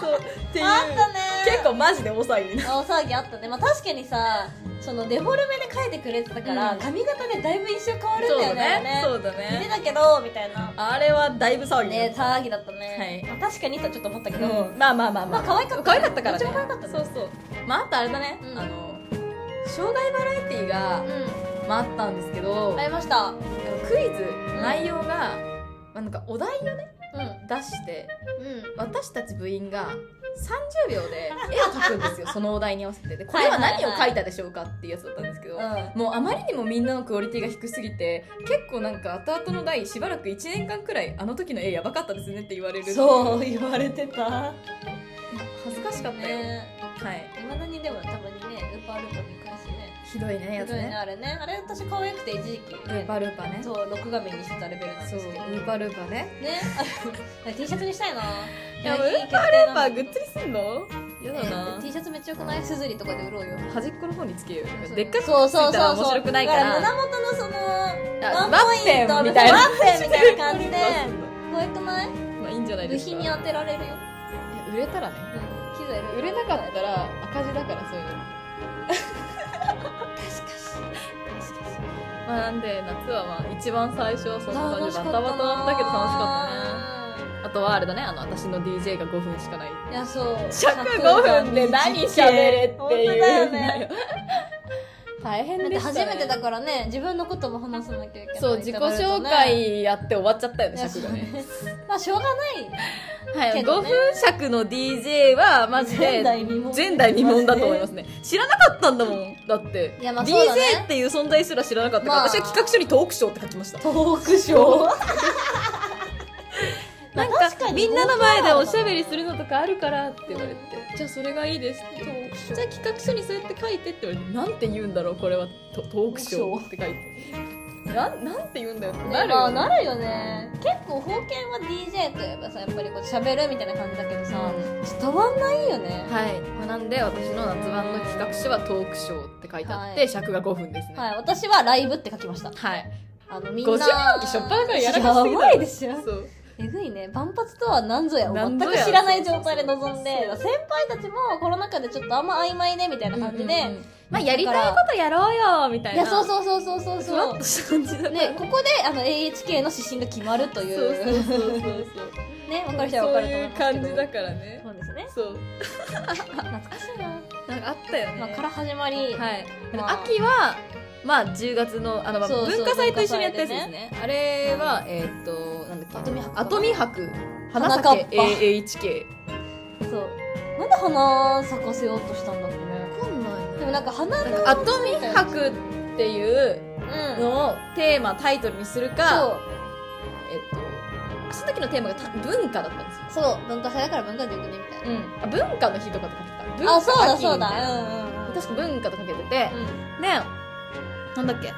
S1: そうっていう
S2: たね
S1: 結構マジで大騒ぎになっ
S2: 大騒ぎあったねまあ確かにさそのデフォルメで描いてくれてたから、
S1: うん
S2: 髪型でだいぶ印象変わ
S1: た
S2: るんだよねあれ
S1: そうだ
S2: ね似て
S1: ね
S2: たけどみたいな
S1: あれはだいぶ騒ぎにな
S2: ね
S1: った
S2: 騒ぎだったね、
S1: は
S2: まあ、確かにとはちょっと思ったけど、
S1: うんまあまあまあま
S2: まあ
S1: あ
S2: 可愛かった
S1: 可愛かったからね
S2: めっちゃ可愛かったね
S1: そうそうまああとあれだね、
S2: うん
S1: あの障害バラエティーが、
S2: う
S1: まあ、あったんですけど
S2: ん会いましたうん
S1: あのクイズ内容が、まあ、なんかお題をね出して
S2: うん
S1: 私たち部員が30秒で絵を描くんです よそのお題に合わせてでこれは何を描いたでしょうかっていうやつだったんですけど、
S2: うん
S1: もうあまりにもみんなのクオリティが低すぎて結構なんか後々の代しばらく1年間くらいあの時の絵やばかったですねって言われる
S2: そう
S1: 恥
S2: 言われてた
S1: ずかしかったよ、
S2: ね
S1: はい
S2: いまだにでもたまにねウーパールーパー見返すね
S1: ひどいねや
S2: ひ
S1: つ
S2: どいね
S1: ね
S2: あれねあれ私可愛くて一時期、
S1: ルーパールーパーね
S2: そう録画面にしてたレベルなんです
S1: そう
S2: けど
S1: ルーパールーパーね
S2: ねあれ T シャツにしたいな
S1: でも
S2: いや
S1: ウ
S2: いい
S1: ー
S2: 決
S1: パー
S2: 定
S1: ルーパ
S2: な
S1: ーグッズにすんのやだな、
S2: ね T シャツめっちゃよくないすずりとかで売ろうよ
S1: 端っこの方につけよう
S2: そう
S1: よでっかくつ
S2: そうそ
S1: いうた
S2: そ
S1: ら
S2: うそう
S1: 面白くないから
S2: だから胸元のそのワン
S1: ワ
S2: ポ
S1: ッ
S2: イ
S1: ペ
S2: ント
S1: ンみたいな
S2: ワッペンみたいな感じで可愛くない
S1: まあいいんじゃない
S2: 部
S1: ですか
S2: 品に当てられるよ
S1: 売れたらね
S2: 機材
S1: 売れなかったら赤字だからそういうの
S2: 確か
S1: まあなんで夏はまあ一番最初はそんな感
S2: 楽
S1: じ
S2: しか
S1: バ
S2: った
S1: タバタだったけど楽しかっ
S2: かった
S1: たねあとはあれだねあの私の DJ が5分しかない
S2: いやそう
S1: 尺5分で何喋れっていう
S2: 本
S1: ん
S2: 当だよ
S1: だよ
S2: ね
S1: 大変
S2: だっ
S1: で
S2: て
S1: した、
S2: 初
S1: ね、
S2: めてだからね自分のことも話さなきゃいけない
S1: そう自己
S2: ってなると
S1: 紹
S2: ね
S1: 介やって終わっちゃったよね
S2: いや
S1: 尺がね
S2: そうまあしょうがない
S1: はい、
S2: け
S1: 5
S2: どね
S1: 分尺の DJ はマジで
S2: 前代未聞
S1: 前代未聞だと思いますね知らなかったんだもんだって
S2: いやまあそうだね
S1: DJ っていう存在すら知らなかったから、
S2: まあ
S1: 私は企画書にトークショーって書きました
S2: トークショー
S1: なん
S2: まあ確
S1: か
S2: かに
S1: みんなの前でおしゃべりするのとかあるからって言われてじゃあそれがいいですって
S2: トークショー
S1: じゃあ企画書にそうやって書いてって言われてなんて言うんだろうこれはトトークショーって書いてなんなんて言うんだよってなる
S2: ねま
S1: よ
S2: あ、
S1: ね、
S2: なるよね結構封建は DJ といえばさやっぱりこう喋るみたいな感じだけどさ、伝わんないよね
S1: はい、まあなんで私の夏版の企画書はトークショーって書いてあって、
S2: はい
S1: 尺が5分ですね、
S2: はいい私はライブって書きました
S1: はい、
S2: あのみんな
S1: 50秒にしょっぱなからやらかしすぎ
S2: や
S1: た
S2: ばいですよ
S1: そう
S2: えぐいね万発とは何ぞやを全
S1: 何ぞ
S2: く
S1: や
S2: 知らない状態で臨んで
S1: そうそう
S2: 先輩たちもコロナ禍でちょっとあんま曖昧ねみたいな感じで、
S1: うんうんうんまあやりたいことやろうよみたい
S2: い
S1: な
S2: やそうそうそうそうそう
S1: ふわ
S2: そ
S1: っとした感じだ
S2: うねここであの AHK の指針が決まると
S1: そう
S2: い
S1: そう
S2: う
S1: そうそうそう
S2: ね分かる人は
S1: そ
S2: 分か
S1: う
S2: ると思
S1: い
S2: いうますけど
S1: 感じだからね
S2: そうですね
S1: そう
S2: 懐かしいな、
S1: なんかあったよね、
S2: まあ、から始まり、
S1: はい、
S2: まあ
S1: 秋はまあ10月のあのまあ
S2: そうそう
S1: 文化祭と一緒にやったやつですねあれはえーっとなんだっけ
S2: アトミ博
S1: アトミ博
S2: 花
S1: 花
S2: 咲
S1: 咲
S2: かっぱ
S1: AHK
S2: そうなんで花咲かせようとしたんだろうね
S1: わかんない
S2: でもなんか花
S1: なん
S2: の
S1: かアトミ博っていう
S2: うん
S1: のをテーマタイトルにするか
S2: そ
S1: えっとその時のテーマがた文化だったんですよ
S2: うそう文化祭だから文化でよくねみたい
S1: うん、あ文化の日とかって書いてた文
S2: な
S1: 化
S2: あそうだ
S1: 秋
S2: そう
S1: みたいな
S2: だうんうんうん
S1: 確か文化とかけてて、
S2: うん
S1: でなんだっけ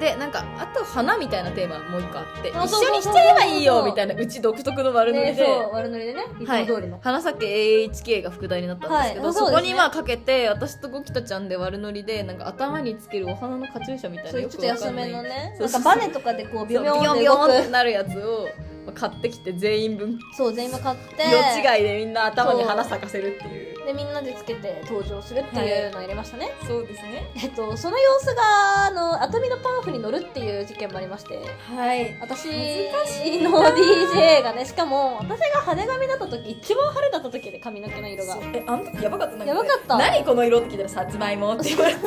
S1: でなんかあと花みたいなテーマもう一個あって一
S2: あそう
S1: 緒
S2: そう
S1: に
S2: そ
S1: し
S2: うそう
S1: ちゃえばいいよみたいなうち独特の丸ノリ
S2: ね
S1: で、
S2: そう悪ノリでねいつ
S1: はい
S2: も通りの、
S1: 花咲 AHK が副題になったんですけど、
S2: はいあ
S1: そ
S2: そうですね
S1: こにまあかけて私とゴキトちゃんで悪ノリでなんか頭につけるお花のカチューシャみたい
S2: そ
S1: な
S2: ういう
S1: よ
S2: ち
S1: く
S2: ょっと
S1: わか
S2: 安
S1: んな
S2: め
S1: い
S2: のね
S1: そ
S2: な
S1: うそうん
S2: かバネとかでこうビ
S1: ビ
S2: ョ
S1: ョ
S2: ビ
S1: ビョ
S2: ョンっ
S1: ン
S2: て
S1: ビ
S2: 動
S1: ョンって
S2: く
S1: なるやつをまあ買ってきて全員分
S2: そう全員が買って
S1: 色違いでみんな頭に花咲かせるっていう
S2: でみんなでつけて登場するっていうのをやりましたね、
S1: そうですね
S2: えっとその様子があのアトミのパンフに乗るっていう事件もありまして
S1: はい
S2: 私
S1: 難しい
S2: の DJ がねしかも私が派手髪だった時一番晴れだった時で髪の毛の色が
S1: えあの時やばかったなん
S2: やばかった
S1: 何この色って聞いたらさつまいもって言われて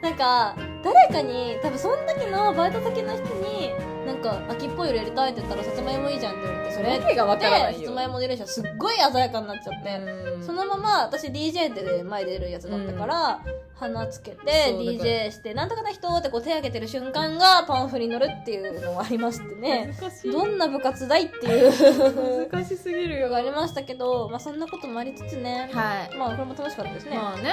S2: なんか誰かに多分その時のバイト先の人になんか秋っぽい色やりたいって言ったらさつまいもいいじゃんって言われてそれ
S1: 訳がわからない
S2: で
S1: よ
S2: さつまいも出るじゃんすっごい鮮やかになっちゃって、そのまま私 DJ で前出るやつだったから、花つけて
S1: そうだから
S2: DJ してなんとかな人ってこう手挙げてる瞬間がパンフに乗るっていうのもありまして ね
S1: 難しい
S2: どんな部活だいっ ていう
S1: 難しすぎるよ
S2: がありましたけど、まあ、そんなこともありつつね、
S1: はい
S2: まあこれも楽しかったですね、
S1: まあね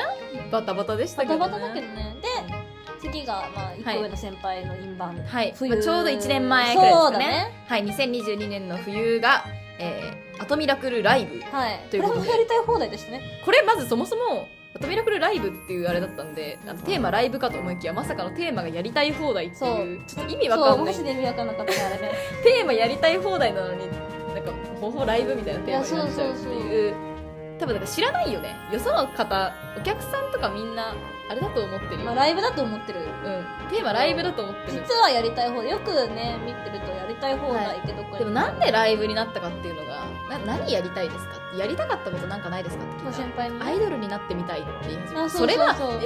S1: バタバタでした
S2: バ
S1: けど、
S2: タ
S1: ね、
S2: バタだけどねで次がまあ一
S1: はい
S2: 個上の先輩のインバウンド、
S1: はい、
S2: 冬
S1: まあちょうど1年前くらいです
S2: そう
S1: か
S2: だ
S1: ね
S2: ね
S1: はい2022年の冬が、えーアトミラクルライブ
S2: はい
S1: という
S2: こ
S1: ことで
S2: れもやりたい放題でしたね
S1: これまずそもそもアトミラクルライブっていうあれだったんであのテーマライブかと思いきやまさかのテーマがやりたい放題っていうちょっと意味わか
S2: そうん
S1: な
S2: マ
S1: い
S2: ジで意味わかんなかったねあれね
S1: テーマやりたい放題なのになんかほぼライブみたいなテーマになっちゃうっていう多分だから知らないよねよその方お客さんとかみんなあれだと思ってるよ、
S2: まあライブだと思ってる
S1: うん、テーマライブだと思ってる
S2: 実はやりたい放題よくね見てるとやりたい放題ってどこに、
S1: でもなんでライブになったかっていうのがな何やりたいですかってやりたかったことなんかないですかって
S2: ま
S1: 聞
S2: あ
S1: いた
S2: 先
S1: ら
S2: 輩も
S1: アイドルになってみたいって言い始め
S2: あ
S1: て
S2: そ
S1: そう
S2: そうそう
S1: れは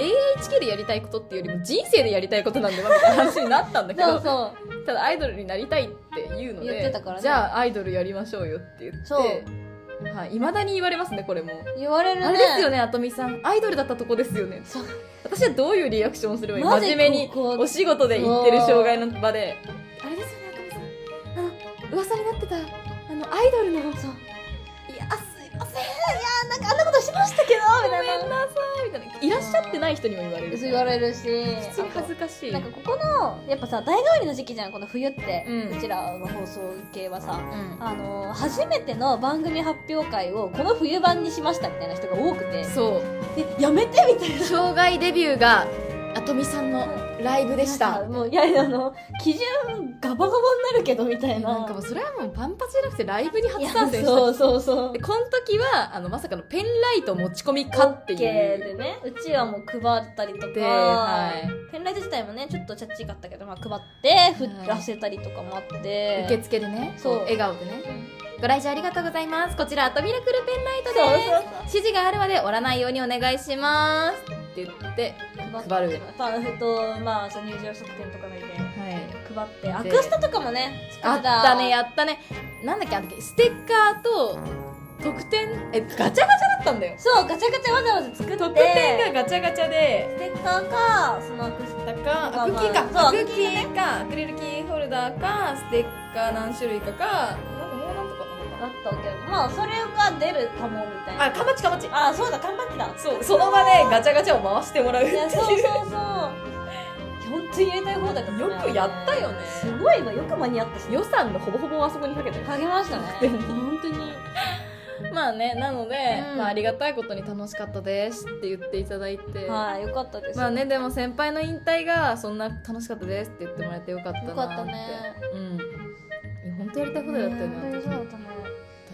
S1: AHK でやりたいことっていうよりも人生でやりたいことなんでみたいな話になったんだけ
S2: そ
S1: ど
S2: うそ
S1: ただアイドルになりたいって言うので
S2: 言ってたからね
S1: じゃあアイドルやりましょうよって言って
S2: そう
S1: はい、未だに言われますねこれも、
S2: 言われるね
S1: あれですよねあとみさんアイドルだったとこですよね
S2: そう
S1: 私はどういうリアクションをすればいい
S2: なぜ
S1: 真面目に
S2: ここ
S1: お仕事で行ってる障害の場であれですよねあとみさんあの噂になってたあのアイドルのそう
S2: いやすいませんいやなんかあんなことしましたけどみたいな
S1: なさいみたいないらっしゃってない人にも言われる
S2: そう言わ
S1: れ
S2: れるし
S1: 普通に恥ずかしい
S2: なんかここのやっぱさ代替わりの時期じゃんこの冬って、
S1: う
S2: うんちらの放送系はさ
S1: うん
S2: あのー初めての番組発表会をこの冬版にしましたみたいな人が多くて
S1: そう
S2: えやめてみたいな
S1: 障害デビューがあとみさんのライブでした
S2: なんかもういやいやあの基準ガバガバになるけどみたいな
S1: なんかもうそれはもうパンパチじゃなくてライブに初
S2: いや
S1: 参戦した
S2: そうそうそう
S1: でこの時はあのまさかのペンライト持ち込みかってい
S2: オッケー
S1: う
S2: でねうちはもう配ったりとか、
S1: ではい
S2: ペンライト自体もねちょっとチャッチーかったけど、まあ、配って振
S1: はい
S2: らせたりとかもあって、
S1: 受付でね
S2: そう
S1: こ笑顔でね
S2: うん
S3: ご来場ありがとうございますこちらアトミラクルペンライトです
S2: そう
S3: 指示があるまで折らないようにお願いします
S1: って言って
S2: 配って
S1: 配る
S2: パンフとまあその入場食券とかだけ
S1: はい
S2: 配ってアクスタとかもね
S1: あったね
S2: っ
S1: やったねなんだっけあの時ステッカーと特典えガチャガチャだったんだよ
S2: そうガチャガチャわざわざ作って
S1: 特典がガチャガチャで
S2: ステッカーかそのアクス
S1: だか
S2: まあ
S1: アク
S2: まあ
S1: キーか
S2: そう
S1: アクキーかアクリルキーホルダーかステッカー何種類かかなんかもうなんとかなのか
S2: タだったけどまあそれが出るかもみた
S1: な
S2: いな
S1: あかまちかまち
S2: あそうだ頑張ってた
S1: そうその場でガチャガチャを回してもらうって
S2: い
S1: い
S2: や
S1: う
S2: そうそうそう本当にやりたい放題だったね
S1: よくやったよね
S2: すごいのよく間に合ったし
S1: 予算のほぼほぼあそこにかけてる
S2: かけましたね本当に
S1: まあねなので、
S2: うん
S1: まあ、ありがたいことに楽しかったですって言っていただいて、
S2: はいよかったです
S1: まあねでも先輩の引退がそんな楽しかったですって言ってもらえてよかったなって
S2: よかったね
S1: うんいや本当やりたいことだったよね
S2: ね
S1: あの時
S2: そうだったね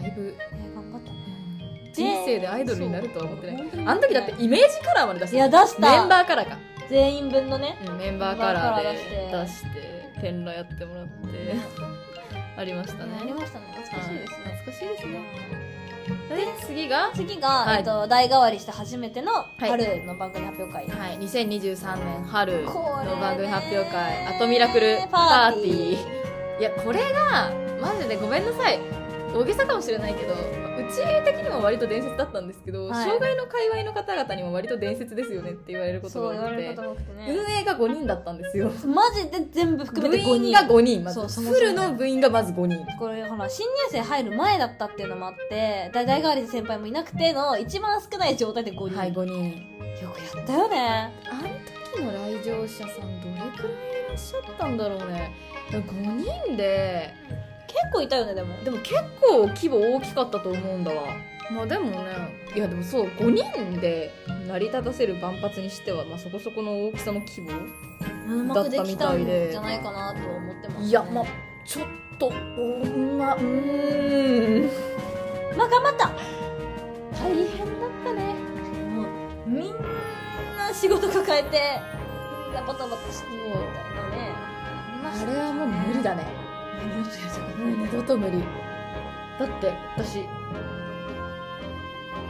S1: だいぶ
S2: ね頑張ったね
S1: うん人生でアイドルになるとは思ってない、
S2: そう
S1: あの時だってイメージカラーまで出し
S2: い
S1: て
S2: や出した
S1: メンバーカラーか、
S2: 全員分のね
S1: うんメンバーカラーで
S2: メンバーカラー
S1: 出してペンラやってもらってありましたね
S2: ありましたね懐かしいです
S1: はい
S2: ね
S1: 懐かしいですねで次が
S2: 次が、
S1: はい
S2: えっと、代替わりして初めての
S1: い
S2: 春の番組発表会、
S1: はい、2023年春の
S2: これね
S1: 番組発表会「アトミラクルパーティー」いやこれがマジでごめんなさい大げさかもしれないけどうち的にも割と伝説だったんですけど、
S2: はい
S1: 障害の界隈の方々にも割と伝説ですよねって言われること
S2: そう言
S1: が
S2: わ
S1: 多く
S2: れる
S1: て
S2: ことが多くてね、
S1: 運営が5人だったんですよ
S2: マジで全部含
S1: 部
S2: めて5
S1: 員
S2: 人
S1: が5人ま
S2: そう
S1: ず
S2: そ
S1: フ
S2: もそも
S1: ルの部員がまず5人
S2: これほら新入生入る前だったっていうのもあって代代替わりで先輩もいなくての一番少ない状態で5人、
S1: はい
S2: よ
S1: 5人
S2: くやったよね
S1: あの時の来場者さんどれくらいいらっしゃったんだろうね5人で
S2: 結構いたよねでも
S1: でも結構規模大きかったと思うんだわまあでもねいやでもそう5人で成り立たせる万発にしては、まあ、そこそこの大きさの規模
S2: うまくできたんじゃないかなと思ってます、ね、
S1: いやまあちょっとうんまあうーん
S2: まあ頑張った
S1: 大変だったね
S2: もうみんな仕事抱えてみんなバタバタしてみたいなね
S1: あれはもう無理だねもう二度と無理だって私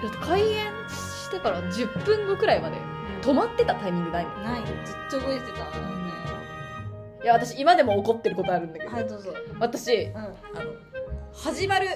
S1: だって開演してから10分後くらいまで止まってたタイミングないもん
S2: ないずっと動いてた
S1: いや私今でも怒ってることあるんだけど、
S2: はいどうぞ
S1: 私
S2: うん
S1: あの始まる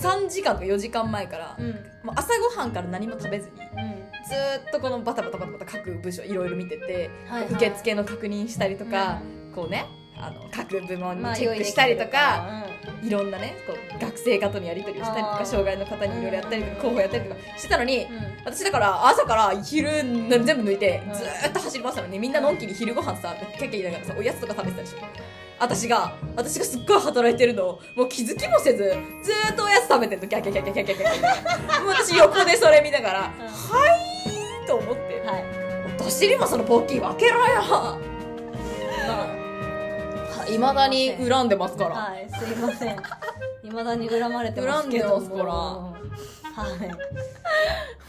S1: 3時間とか4時間前から、
S2: うん
S1: もう朝ごはんから何も食べずに
S2: うん
S1: ずーっとこのバタバタバタバタ各部署いろいろ見てて、
S2: はいはい
S1: 受付の確認したりとか、こうねあの各部門にチェックしたりとか、いろんなねこう学生方のやり取りをしたりと
S2: あ
S1: か
S2: ー
S1: 障害の方にいろいろやったりとか
S2: うん
S1: 候補やったりとかしてたのに、
S2: うんうん
S1: 私だから朝から昼全部抜いて
S2: うん
S1: ずーっと走り回ってたのにみんなのんきに昼ご飯さキャッキャ言いながらさおやつとか食べてたでしょ私が私がすっごい働いてるのをもう気づきもせずずーっとおやつ食べてるのキャッキャキャッキャキャッキャキャッキャもう私横でそれ見ながら「
S2: ん
S1: はい」と思って
S2: は
S1: 「
S2: い
S1: お尻もそのポッキー分けろよ!
S2: まあ」
S1: いまだに恨んでますから
S2: はい、すいません。いまだに恨まれてますけども。
S1: 恨んで
S2: はい。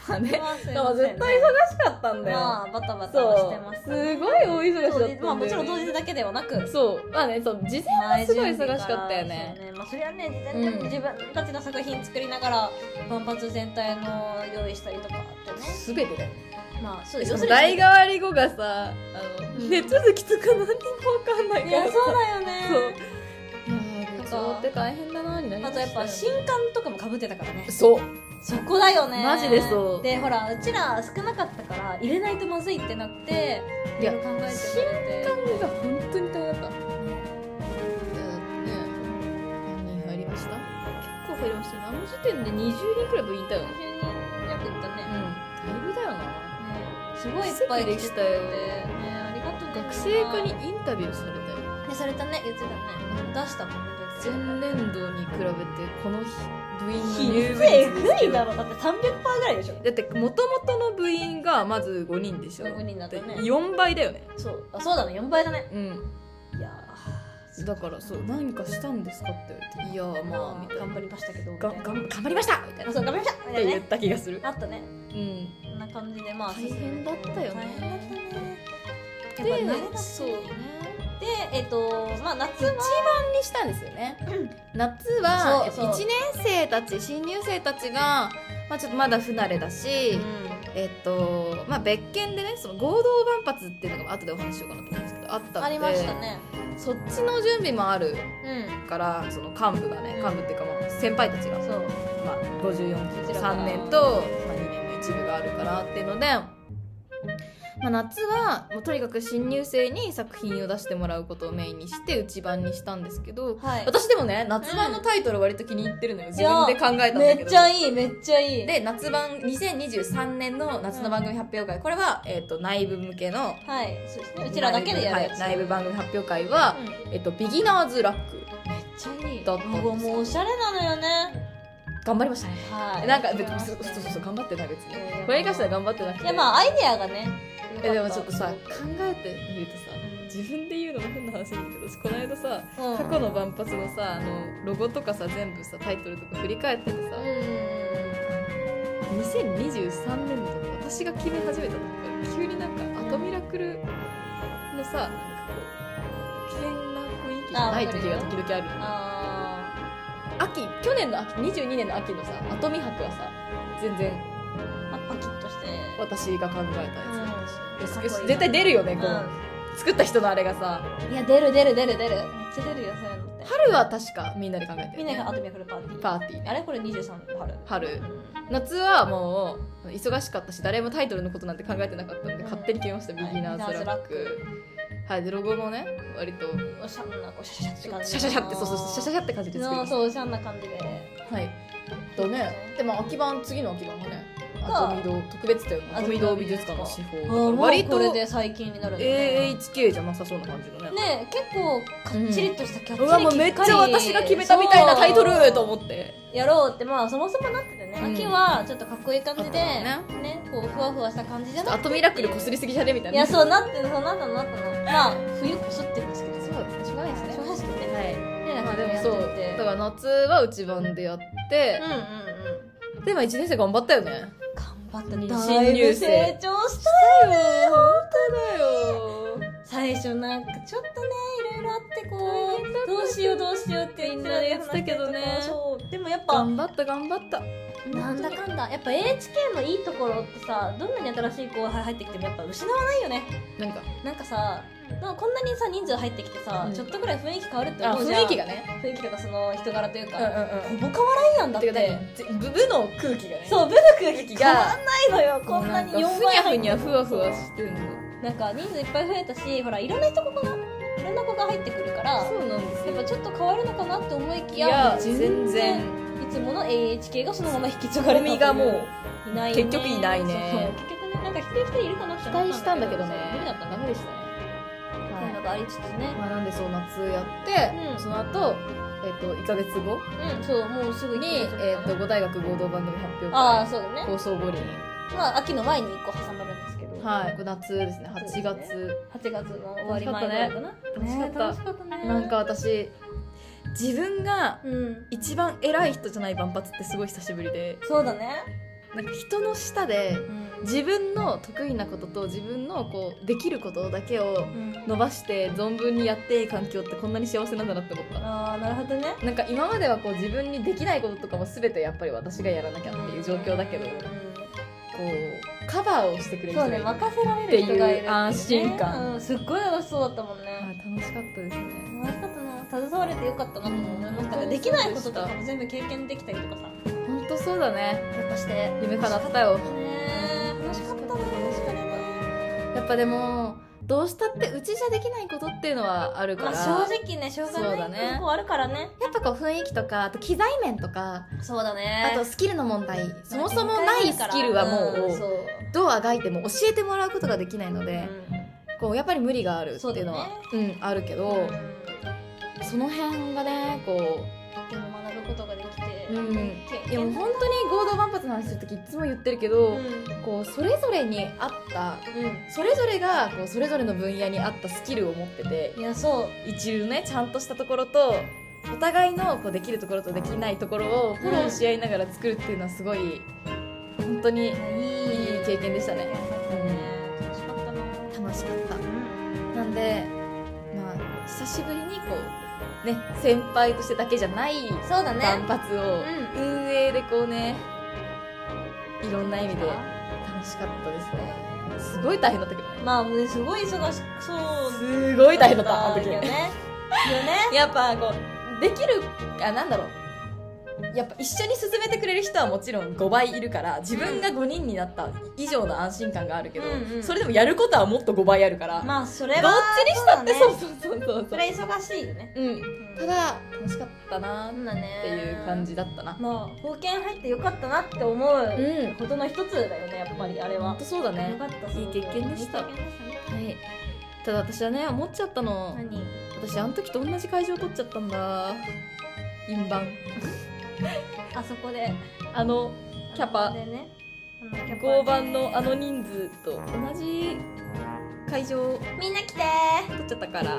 S1: まあ ね
S2: すい
S1: でも
S2: ませんね
S1: 絶対忙しかったんだよ、
S2: まあ、バタバタは
S1: そ
S2: してま
S1: う
S2: す。
S1: すごい大忙しだったんだよ
S2: 当日まあ、もちろん当日だけではなく。
S1: そうまあねそう事前は
S2: 前
S1: す
S2: 準
S1: ごい
S2: 備ら
S1: 忙しかったよね
S2: そうまあ、それはね、事前
S1: うん
S2: で自分たちの作品作りながら、万発全体の用意したりとかあってね。
S1: すべてだよ
S2: まあ、そう
S1: そ
S2: 要
S1: の
S2: する
S1: 代
S2: に。
S1: 替わり後がさあの、
S2: うん
S1: 寝続きとか何にも分かんない
S2: い
S1: から
S2: や、
S1: さ
S2: そうだよね。
S1: そういや
S4: 活動って大変だなになりま
S2: あ
S4: し
S2: と
S4: た
S2: やっぱ新刊とかもかぶってたからね
S4: そう
S2: そこだよね
S1: マジでそう
S2: でほらうちら少なかったから入れないとまずいってなって
S4: いや
S2: ろろ考え
S4: 新
S2: て
S4: 刊が本当に大変だったね何人入りました結構入りましたねあの時点で20人くらい部員いたよね
S2: によく行った
S4: う
S2: ね
S4: んだいぶだよな
S2: ねすごいいっぱい来てくれて
S4: 奇跡でし
S2: ねありがとうね
S4: 学生課にインタビューされたよ
S2: ねされたね言ってたね出したもんね
S4: 前年度に比べてこの日部員の入部
S2: え
S4: 率
S2: ぐいだろだって300%ぐらいでしょ
S4: だってもともとの部員がまず5人でしょ
S2: 5人だったね
S4: 4倍だよね
S2: そうあそうだね4倍だね
S4: うん
S2: いや
S4: だからそう何かしたんですかって言われていやーまあみたいな
S2: 頑張りましたけど
S4: ががん頑張りましたみたいな
S2: あ
S4: っ
S2: そう頑張りましたみた
S4: て
S2: いな
S4: 言っ
S2: ね
S4: た気がする
S2: あったね
S4: うん
S2: こんな感じでま
S4: 大
S2: あ
S4: 変だったよね
S2: 大変だったねやっぱ慣れ
S4: で
S2: たし
S4: そうね
S2: でえっ、とまあ夏は
S1: にしたんですよね、夏は
S2: そうそう
S1: 1年生たち新入生たちが、まあ、ちょっとまだ不慣れだし、えっとまあ、別件でねその合同万発っていうのが後でお話ししようかなと思うんですけどあったので
S2: ありましたね
S1: そっちの準備もある
S2: う
S1: からその幹部がね幹部っていうかまあ先輩たちが、
S2: んそう
S1: まあ、54期3年と、まあ、2年の一部があるからっていうので、まあ、夏はもうとにかく新入生に作品を出してもらうことをメインにして内版にしたんですけど
S2: はい
S1: 私でもね夏版のタイトル割と気に入ってるのよ自分で考えたんだけど
S2: めっちゃいいめっちゃいい
S1: で夏版2023年の夏の番組発表会、これは、えっと内部向けの
S2: はいそうですねうちらだけでやるやつ、
S1: はい内部番組発表会は、
S2: うんめっ
S1: えっとビギナーズラック
S2: ちゃいいう
S1: だったんです
S2: わもうおしゃれなのよね
S1: 頑張りましたね
S2: はい
S1: なんか
S2: で
S1: 別
S2: も
S1: にそうそうそう頑張ってない別にこれに関しては頑張ってなくて
S2: いやまあアイデアがね
S1: えでもちょっとさ
S2: う
S1: 考
S2: ん
S1: えてみるとさ自分で言うのも変な話なんだけど私この間さ
S2: うん
S1: 過去の万発のさあのロゴとかさ全部さタイトルとか振り返っててさ2023年度とか私が決め始めた時から急になんか「アトミラクル」のさなんかこう危険な雰囲気じゃない時が時々あるの
S2: あ
S1: 秋去年の秋22年の秋のさ「アトミ博」はさ全然
S2: ーあパキッとして
S1: 私が考えたや
S2: うん
S1: つ、
S2: か
S1: よ
S2: っこいい
S1: し
S2: な
S1: よし絶対出るよねこう、
S2: う
S1: 作った人のあれがさ
S2: んいや出る出る出る出るめっちゃ出るよそういうのって
S1: 春は確かみんなで考えてる、
S2: みんな
S1: ね
S2: が、アトミフルパーティー
S1: パーティーね
S2: あれこれ23の春
S1: 春夏はもう忙しかったし誰もタイトルのことなんて考えてなかったんで、
S2: うん
S1: 勝手に決めました「ビギナーズラッ
S2: ビギナーズ
S1: ク」はいでロゴもね割と
S2: おしゃんなこうシャシャシャって
S1: シャ
S2: 感じ
S1: シャシャシャってそうそうシャシャシャって感じで作り
S2: そ
S1: ま
S2: う
S1: し
S2: そうおしゃんな感じで
S1: たはいとねでも秋版次の秋版がね
S2: が
S1: アトミ堂特別展のアトミ堂美術館の司
S2: あ
S1: 法
S2: ーもう
S1: 割
S2: ことれで最近になるんだね
S1: AHK じゃなさそうな感じのね
S2: ね結構かっちりとしたキャッチ
S1: うわもうめっちゃ私が決めたみたいなタイトルと思って
S2: やろうってまあそもそもなっててね、
S1: うん
S2: 秋はちょっとかっこいい感じでね
S1: あ
S2: こうふわふわした感じじゃな
S1: ア
S2: く
S1: トミラクルこすりすぎじゃねみたい
S2: い
S1: な
S2: やそうなってるそうなったのなったのまあ冬こすってるんですけど
S1: そ
S2: ね
S1: うですねしょうがないですね
S2: 正直ね
S1: はい
S2: ねなん
S1: ま
S2: か
S1: あで
S2: でも
S1: も
S2: やって
S1: そ
S2: て
S1: うだから夏は内番でやって
S2: う、んうんうん
S1: でも1年生頑張ったよね
S2: 頑張った
S1: 新入生
S2: だいぶ成長した
S1: だよ本当だよ
S2: 最初なんかちょっとねいろいろあってこうどうしようどうしようって言ってられてたけどねそうでもやっぱ
S1: 頑張った頑張った
S2: なんだかんだやっぱ NHK のいいところってさどんなに新しい子が入ってきてもやっぱ失わないよね
S1: 何か
S2: なんかさなんかこんなにさ人数入ってきてさ、
S1: うん
S2: ちょっとぐらい雰囲気変わるって
S1: あ
S2: 思うじゃん
S1: 雰囲気がね
S2: 雰囲気とかその人柄というか、
S1: ん
S2: ほぼ変わらんやんだって
S1: てかねぜ部部の空気がね
S2: そう部の空気が変わんないのよこんなに
S1: ふに
S2: 4
S1: ゃ
S2: 倍
S1: ふ
S2: 入って
S1: にゃふわふわしてるの
S2: なんか人数いっぱい増えたしほらいろんな人ここがいろんな子が入ってくるから
S1: そうなんです
S2: やっぱ
S1: よ
S2: ちょっと変わるのかなって思いき
S1: い
S2: や
S1: や全然
S2: いつもの AHK がそのまま引き継がれ
S1: ゴ
S2: た
S1: ミがもう
S2: いないね
S1: 結局いないね
S2: そうそう結局ねなんか一人一人いるかなって
S1: 期
S2: 思っ
S1: 待したんだけどね
S2: 無理だったんだ
S1: ダ
S2: ね
S1: メでしたね
S2: なんかありつつね
S1: まあ、なんでそう夏やって、
S2: うん
S1: その後えっ、と1か月後
S2: うんそうもうすぐ
S1: に、
S2: 行
S1: え
S2: く
S1: っと五大学合同番組発表
S2: ああ
S1: 会
S2: そうだね
S1: 放送五輪
S2: まあ秋の前に1個挟まるんですけど、
S1: はいこれ夏ですね
S2: そうです
S1: 8
S2: ね
S1: 月
S2: 8月の終わり前ぐらいかな
S1: 楽しかったね
S2: 楽しかったね
S1: なんか私自分が
S2: うん
S1: 一番偉い人じゃない万発ってすごい久しぶりで
S2: そうだね
S1: なんか人の下で
S2: うん
S1: 自分の得意なことと自分のこうできることだけを
S2: うん
S1: 伸ばして存分にやっていい環境ってこんなに幸せなんだなって思った
S2: ああなるほどね
S1: なんか今まではこう自分にできないこととかも全てやっぱり私がやらなきゃっていう状況だけど
S2: うん
S1: こうカバーをしてくれる人
S2: そう
S1: がい
S2: ね
S1: る
S2: 任せられる人がいる
S1: っ
S2: っていうね
S1: ていう安心感
S2: うんすっごい楽しそうだったもんね
S1: あ楽しかったですね
S2: 楽しかったな携われてよかったなとも思いましたが、
S1: うん
S2: できないこととか
S1: そう
S2: も全部経験できたりとかさ
S1: 本当そうだね
S2: やっぱして
S1: 夢叶ったよ
S2: ね楽しかったな確かにね
S1: やっぱでもどうしたってうちじゃできないことっていうのはあるか
S2: ま
S1: ら、
S2: あ正直ねしょう
S1: そう
S2: が
S1: だ
S2: ない
S1: ね
S2: とこあるからね
S3: やっぱこう雰囲気とかあと機材面とか
S2: そうだね
S3: あとスキルの問題そもそもないスキルはも
S2: んそう
S3: どうあがいても教えてもらうことができないの
S2: う
S3: でこうやっぱり無理があるっていうのはうんあるけ
S2: うん
S3: どその辺がねこ
S2: でも学ぶことができて、
S3: ううん
S2: 経
S1: いやもう
S2: 験
S1: 本当に合同万発の話する時いつも言ってるけど、こうそれぞれに合った
S2: う
S1: それぞれがこうそれぞれの分野に合ったスキルを持ってて
S2: んいやそう
S1: 一流のねちゃんとしたところとお互いのこうできるところとできないところをフォローし合いながら作るっていうのはすごい本当にいい
S2: いい
S1: 経験でした
S2: だ
S1: ね
S2: ね。楽しかったな
S3: 楽しかった
S2: うん
S1: なんで、まあ、久しぶりにこう、ね、先輩としてだけじゃない
S2: そうだ
S1: 万
S2: ね
S1: 発を
S2: う
S1: 運営でこうね、いろんな意味で楽
S2: ま
S1: しかったですね。すごい大変だったけどね。
S2: あねすごい忙しそう
S1: すごい大変だった、あの時。
S2: よねよね
S1: やっぱこう、できる、あ、なんだろう。やっぱ一緒に進めてくれる人はもちろん5倍いるから自分が5人になった以上の安心感があるけど、
S2: うんうん
S1: それでもやることはもっと5倍あるから、
S2: まあそれは
S1: どっ
S2: ちにした
S1: でそうそうそうそう
S2: それ忙しいよね
S1: うんただ楽しかったなっ
S2: んだね
S1: ていう感じだったな
S2: まあ保険入ってよかったなって思う
S1: うん
S2: ことの一つだよねやっぱりあれ
S1: ほ
S2: は
S1: んとそうだ
S2: よ
S1: ね
S2: かった
S1: いい経験でした
S2: いい経験でしたね
S1: はいただ私はね思っちゃったの
S2: 何
S1: 私あの時と同じ会場取っちゃったんだ印盤
S2: あそこで
S1: あのキャパ
S2: でねあのキャパで
S1: 5番のあの人数と同じ会場
S2: みんな来て
S1: 取っちゃったから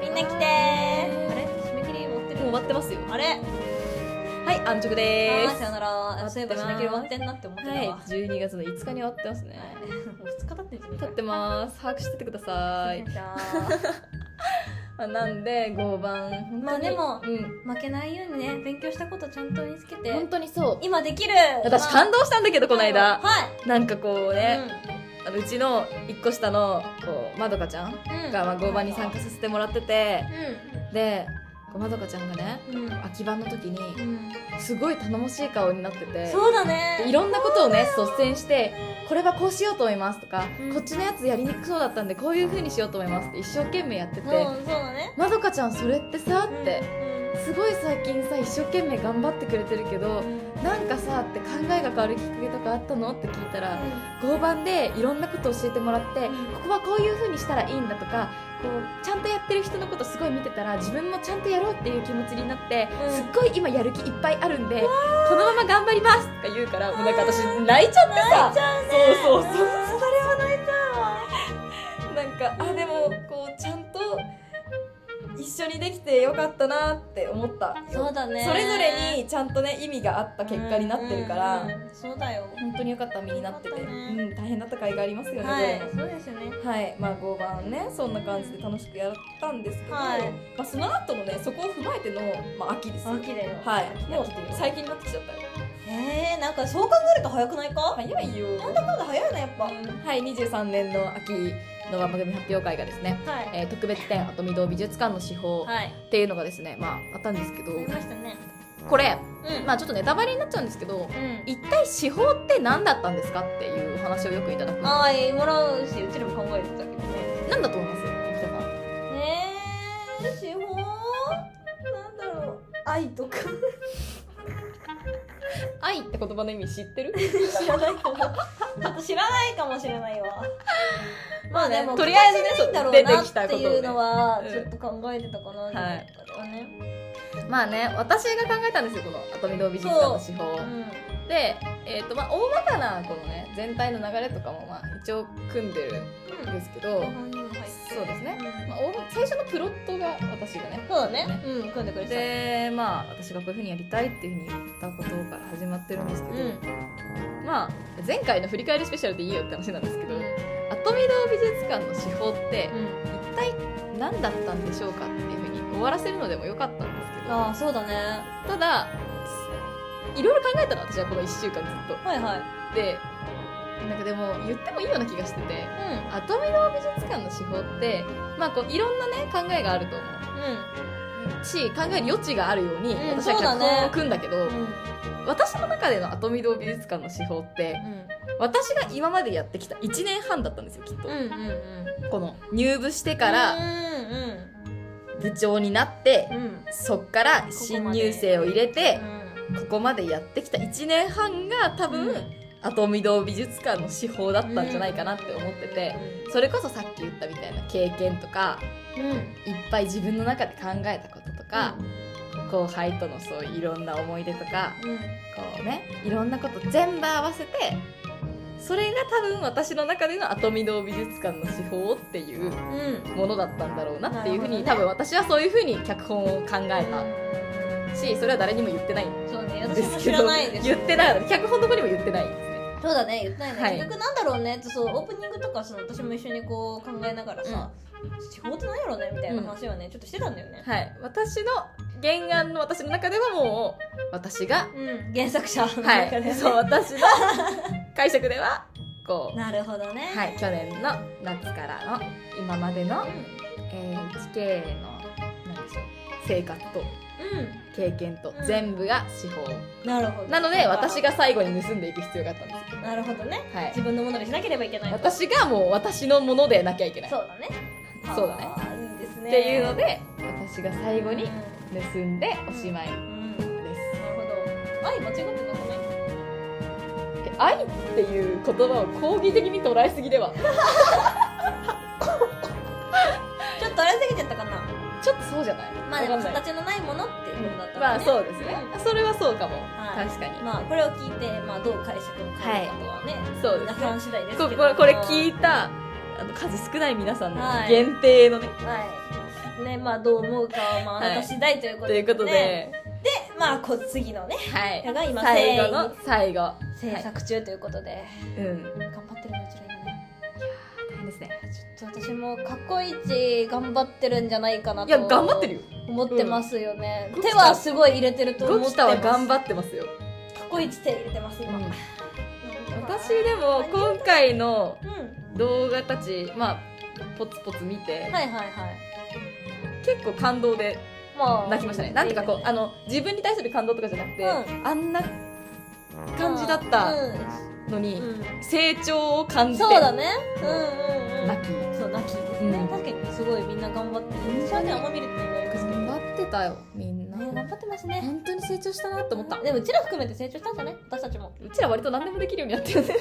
S2: みんな来てあれ締め切り持ってる
S1: もう終わってますよ
S2: あれ
S1: はい安直で
S2: あーさ
S1: す
S2: よならそういえ
S1: 待って
S2: ば締
S1: ます
S2: め切り終わってんなって思ってたわ、
S1: は
S2: はいい、
S1: 12月の5日に終わってますね
S2: もう2日経ってるじゃん
S1: 経ってます把握しててくださいまあなんで5番本当に
S2: まあでも
S1: うん、
S2: 負けないようにね勉強したことちゃんと身につけて
S3: 本当にそう
S2: 今できる
S1: 私
S2: まあ
S1: 感動したんだけどこの間
S2: は
S1: なんかこう
S2: い、
S1: ね、あのうちの1個下のこうまどかちゃん
S2: うんうん
S1: がまあ合板に参加させてもらってて
S2: う
S1: でこうまどかちゃんがね
S2: んうん、うん
S1: 空き番の時にすごい頼もしい顔になってて
S2: そうだね
S1: でいろんなことをね率先してこれはこうしようと思いますとか、
S2: うん
S1: こっちのやつやりにくそうだったんでこういう風にしようと思いますって一生懸命やってて、
S2: そうそうだね
S1: まどかちゃんそれってさって、
S2: うん
S1: すごい最近さ一生懸命頑張ってくれてるけどなんかさって考えが変わるきっかけとかあったのって聞いたら合板でいろんなことを教えてもらって、
S2: うん
S1: ここはこういう風にしたらいいんだとかこうちゃんとやってる人のことすごい見てたら自分もちゃんとやろうっていう気持ちになって、
S2: うん
S1: すっごい今やる気いっぱいあるんでこのまま頑張りますとか言うからもうなんか私泣いちゃってさそうそうそう
S2: それは泣いちゃう
S1: なん
S2: わ
S1: かあでもこうちゃんと一緒にできてよかったなって思った
S2: そうだね
S1: それぞれにちゃんとね意味があった結果になってるから、
S2: うんうんうんそうだよ
S1: 本当によかった身になってて、
S2: よかった
S1: う
S2: ね
S1: ん、大変だった甲斐がありますよね、
S2: はい
S1: これ
S2: そうですよね
S1: はいまあ5番ねそんな感じで楽しくやったんですけど、
S2: はい
S1: まあ、その後のねそこを踏まえての、まあ、秋ですよ
S2: あ綺麗よ
S1: はいもう
S2: 秋だよ
S1: 最近になってきちゃったよ
S2: えー、なんかそう考えると早くないか
S1: 早いよ
S2: なんだかんだ早いなやっぱ、
S1: はい23年の秋の番組発表会がですね、
S2: はい
S1: えー特別展「跡見堂美術館の至宝」
S2: はい
S1: っていうのがですねまああったんですけど
S2: ありましたね
S1: これ
S2: うん
S1: まあちょっとネタバレになっちゃうんですけど
S2: うん
S1: 一体司法って何だったんですかっていうお話をよくいただく
S2: ああえーもらうしうちらも考えてたけどね
S1: 何だと思います北さん
S2: えー、司法なんだろう愛とか
S1: 愛って言葉の意味知ってる
S2: 知らないかもちょっと知らないかもしれないわまあでも
S1: とりあえずね
S2: 形ないんだろう
S1: そう
S2: な
S1: 出てきた
S2: っ
S1: こと
S2: て
S1: をね
S2: いうのは
S1: うん
S2: ちょっと考えてたかな、
S1: はい
S2: 自分の中ではね
S1: まあね私が考えたんですよこの「跡見堂美術館の司法
S2: う」ん
S1: で、えーとまあ、大まかなこのね全体の流れとかもまあ一応組んでるん
S2: うん
S1: ですけど、
S2: 日本にも入って
S1: そうですね、
S2: うん
S1: まあ、大ま最初のプロットが私がね
S2: そうだねうん組んでくれて
S1: でまあ私がこういうふうにやりたいっていうふうに言ったことから始まってるんですけ
S2: た
S1: ど、
S2: うん
S1: まあ前回の振り返りスペシャルでいいよって話なんですけど、アトミド美術館の手法って
S2: うん
S1: 一体何だったんでしょうかっていうふうに終わらせるのでもよかったんですけど
S2: ああそうだね
S1: ただいろいろ考えたの私はこの1週間ずっと
S2: はいはい
S1: でなんかでも言ってもいいような気がしてて
S2: う
S1: アトミド美術館の手法ってまあこういろんなね考えがあると思うし考える余地があるように
S2: うん
S1: 私は脚
S2: そうだ
S1: 本
S2: ね
S1: を組んだけど、私の中でのアトミ堂美術館の手法って私が今までやってきた1年半だったんですよきっと、
S2: うんうんうん
S1: この入部して
S2: か
S1: から部長になって、
S2: うんうん
S1: そっから新入生を入れて
S2: う
S1: ここまでやってきた1年半が多分、
S2: うん
S1: アトミ堂美術館の手法だったんじゃないかなって思ってて、それこそさっき言ったみたいな経験とか
S2: ん
S1: いっぱい自分の中で考えたこととか、後輩とのそういういろんな思い出とか
S2: うん
S1: こうねいろんなこと全部合わせてそれが多分私の中でのアトミ堂美術館の手法っていう
S2: うん
S1: ものだったんだろうなっていうふうに、
S2: な
S1: 多
S2: る
S1: 分
S2: ほ
S1: 私はそういうふうに脚本を考えたしそれは誰にも言ってないん
S2: そうね
S1: で
S2: 私
S1: す
S2: も
S1: け
S2: 知
S1: ど
S2: らないです
S1: 言ってなかった脚本どこにも言ってないですね
S2: そうだね言ってないね、
S1: はい
S2: 結局なんだろうねってそうオープニングとかさ私も一緒にこう考えながらさ、地方ってなんやろうねみたいな話はね、ちょっとしてたんだよね、
S1: はい私の原案の私の中ではもう私が
S2: うん原作者の
S1: は
S2: 中でね
S1: い、そう私の解釈ではこう、
S2: なるほどね
S1: はい、去年の夏からの今までの、えー HK のなんでしょう生活と
S2: う
S1: 経験と
S2: うん
S1: 全部が司法、
S2: んなるほど
S1: なので私が最後に盗んでいく必要があったんですよ
S2: なるほどね
S1: は
S2: 自
S1: い
S2: 分のものにしなければいけないと
S1: 私がもう私のものでなきゃいけないっ
S2: そうだね
S1: そうだね
S2: あーいいですね
S1: ていうので私が最後に
S2: うん
S1: 盗んでおしまい
S2: うん
S1: です
S2: なるほど愛間違ってなくない
S1: え愛っていう言葉を抗議的に捉えすぎでは
S2: ちょっとあれすぎちゃったかな
S1: ちょっとそうじゃない
S2: まあでも
S1: わかんない
S2: 形のないものっていうことだ
S1: ま
S2: ったか
S1: あ
S2: ら
S1: そうですね
S2: ん
S1: それはそうかも、
S2: はい
S1: 確かに
S2: まあこれを聞いて、まあ、どう解釈を変えるかとはね、
S1: そうです
S2: 皆さん次第ですけ
S1: こ
S2: ど
S1: これこれ聞
S2: い
S1: いたあの数少ない皆さんの
S2: はい
S1: 限定のね、
S2: はいねまあどう思うかはまああなた次第ということ
S1: と
S2: で,、
S1: いうことで、
S2: まあこ次のね
S1: はい
S2: が今
S1: 最後の最後
S2: 制作中ということで、
S1: うん
S2: 頑張ってるねうちら今ね
S1: 大変ですね
S2: ちょっと私も過去一頑張ってるんじゃないかない
S1: や頑
S2: と
S1: 張ってるよ
S2: 思ってますよね、
S1: うん
S2: 手はすごい入れてると思
S1: ゴ
S2: ってま
S1: キ
S2: す
S1: タは頑張ってますよ、
S2: 過去一手入れてます今、うん
S1: 私でも今回の
S2: うん
S1: 動画たちまあポツポツ見て、
S2: はいはいはい
S1: 結構感動で
S2: まあ
S1: 泣きましたねなんていうかこうあの自分に対する感動とかじゃなくて、
S2: う
S1: あんな感じだった
S2: うん
S1: のに、
S2: うん
S1: 成長を感じて
S2: そうだね。うんうんうん。
S1: 泣き
S2: そう、泣きですね。
S1: うん
S2: 確かに、すごいみんな頑張ってる。私はね、あんま見れてないんですけど。ね、
S1: 張ってたよみん
S2: 頑張ってますね。
S1: 本当に成長したなって思った
S2: でも、うちら含めて成長したんじゃない私たち も。
S1: うちら割と何でもできるようになってるね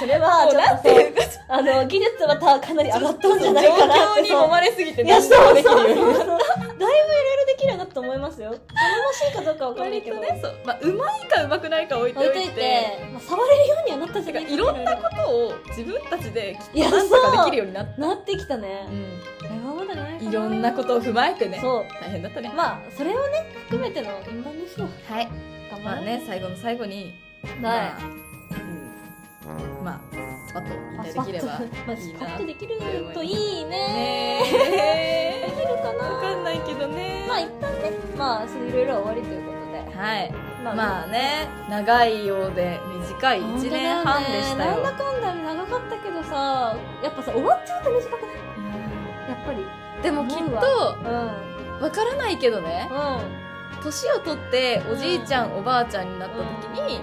S2: それは、
S1: もう
S2: ちょ
S1: な
S2: っ
S1: ん
S2: と
S1: ていうか
S2: そう、あの、技術はたかなり上がったんじゃ
S1: 状
S2: ないかなって。
S1: 況に揉まれすぎて
S2: いや、
S1: 何
S2: そう
S1: でも
S2: そう
S1: できる
S2: そう。だいぶい
S1: ようになっ
S2: ろいろできるようになったと思いますよ。頼もしいかどうかわ
S1: た
S2: かんな
S1: 割
S2: いけ
S1: と
S2: ど。
S1: ねそうまあうまいかうまくないか置いてお
S2: 置
S1: い
S2: い
S1: て
S2: といて、まあ、触れるようにはなったじ
S1: て
S2: ゃな
S1: か
S2: い
S1: いろんなことを自分たちでき
S2: いや
S1: っとなんとかできるようになっ
S2: となってきた
S1: た、
S2: ね。これはまだじゃないか
S1: いろんなことを踏まえてね
S2: そう。
S1: 大変だったね
S2: まあ、それをね、含めての円盤ですよ。
S1: はい
S2: 頑張
S1: ま
S2: ろ
S1: あ
S2: う。
S1: ね最後の最後に
S2: はい
S1: まあうんまあスパッと引退できれば
S2: まあ、
S1: いい
S2: パ
S1: な
S2: ッ
S1: っ
S2: と
S1: て
S2: できるといいね
S1: ね
S2: できるか
S1: わ
S2: な
S1: かんないけどね
S2: まあ一旦ねまあそういろいろは終わりということで
S1: はい
S2: ま
S1: まあね長いようで短い1年半でしたよ
S2: 本当だねなんだかんだ長かったけどさやっぱさ終わっちゃうと短くないやっぱり
S1: でもきっ
S2: 思う
S1: と
S2: うん
S1: わからないけどね
S2: うん
S1: 年を取っておじいちゃんおばあちゃんになった時に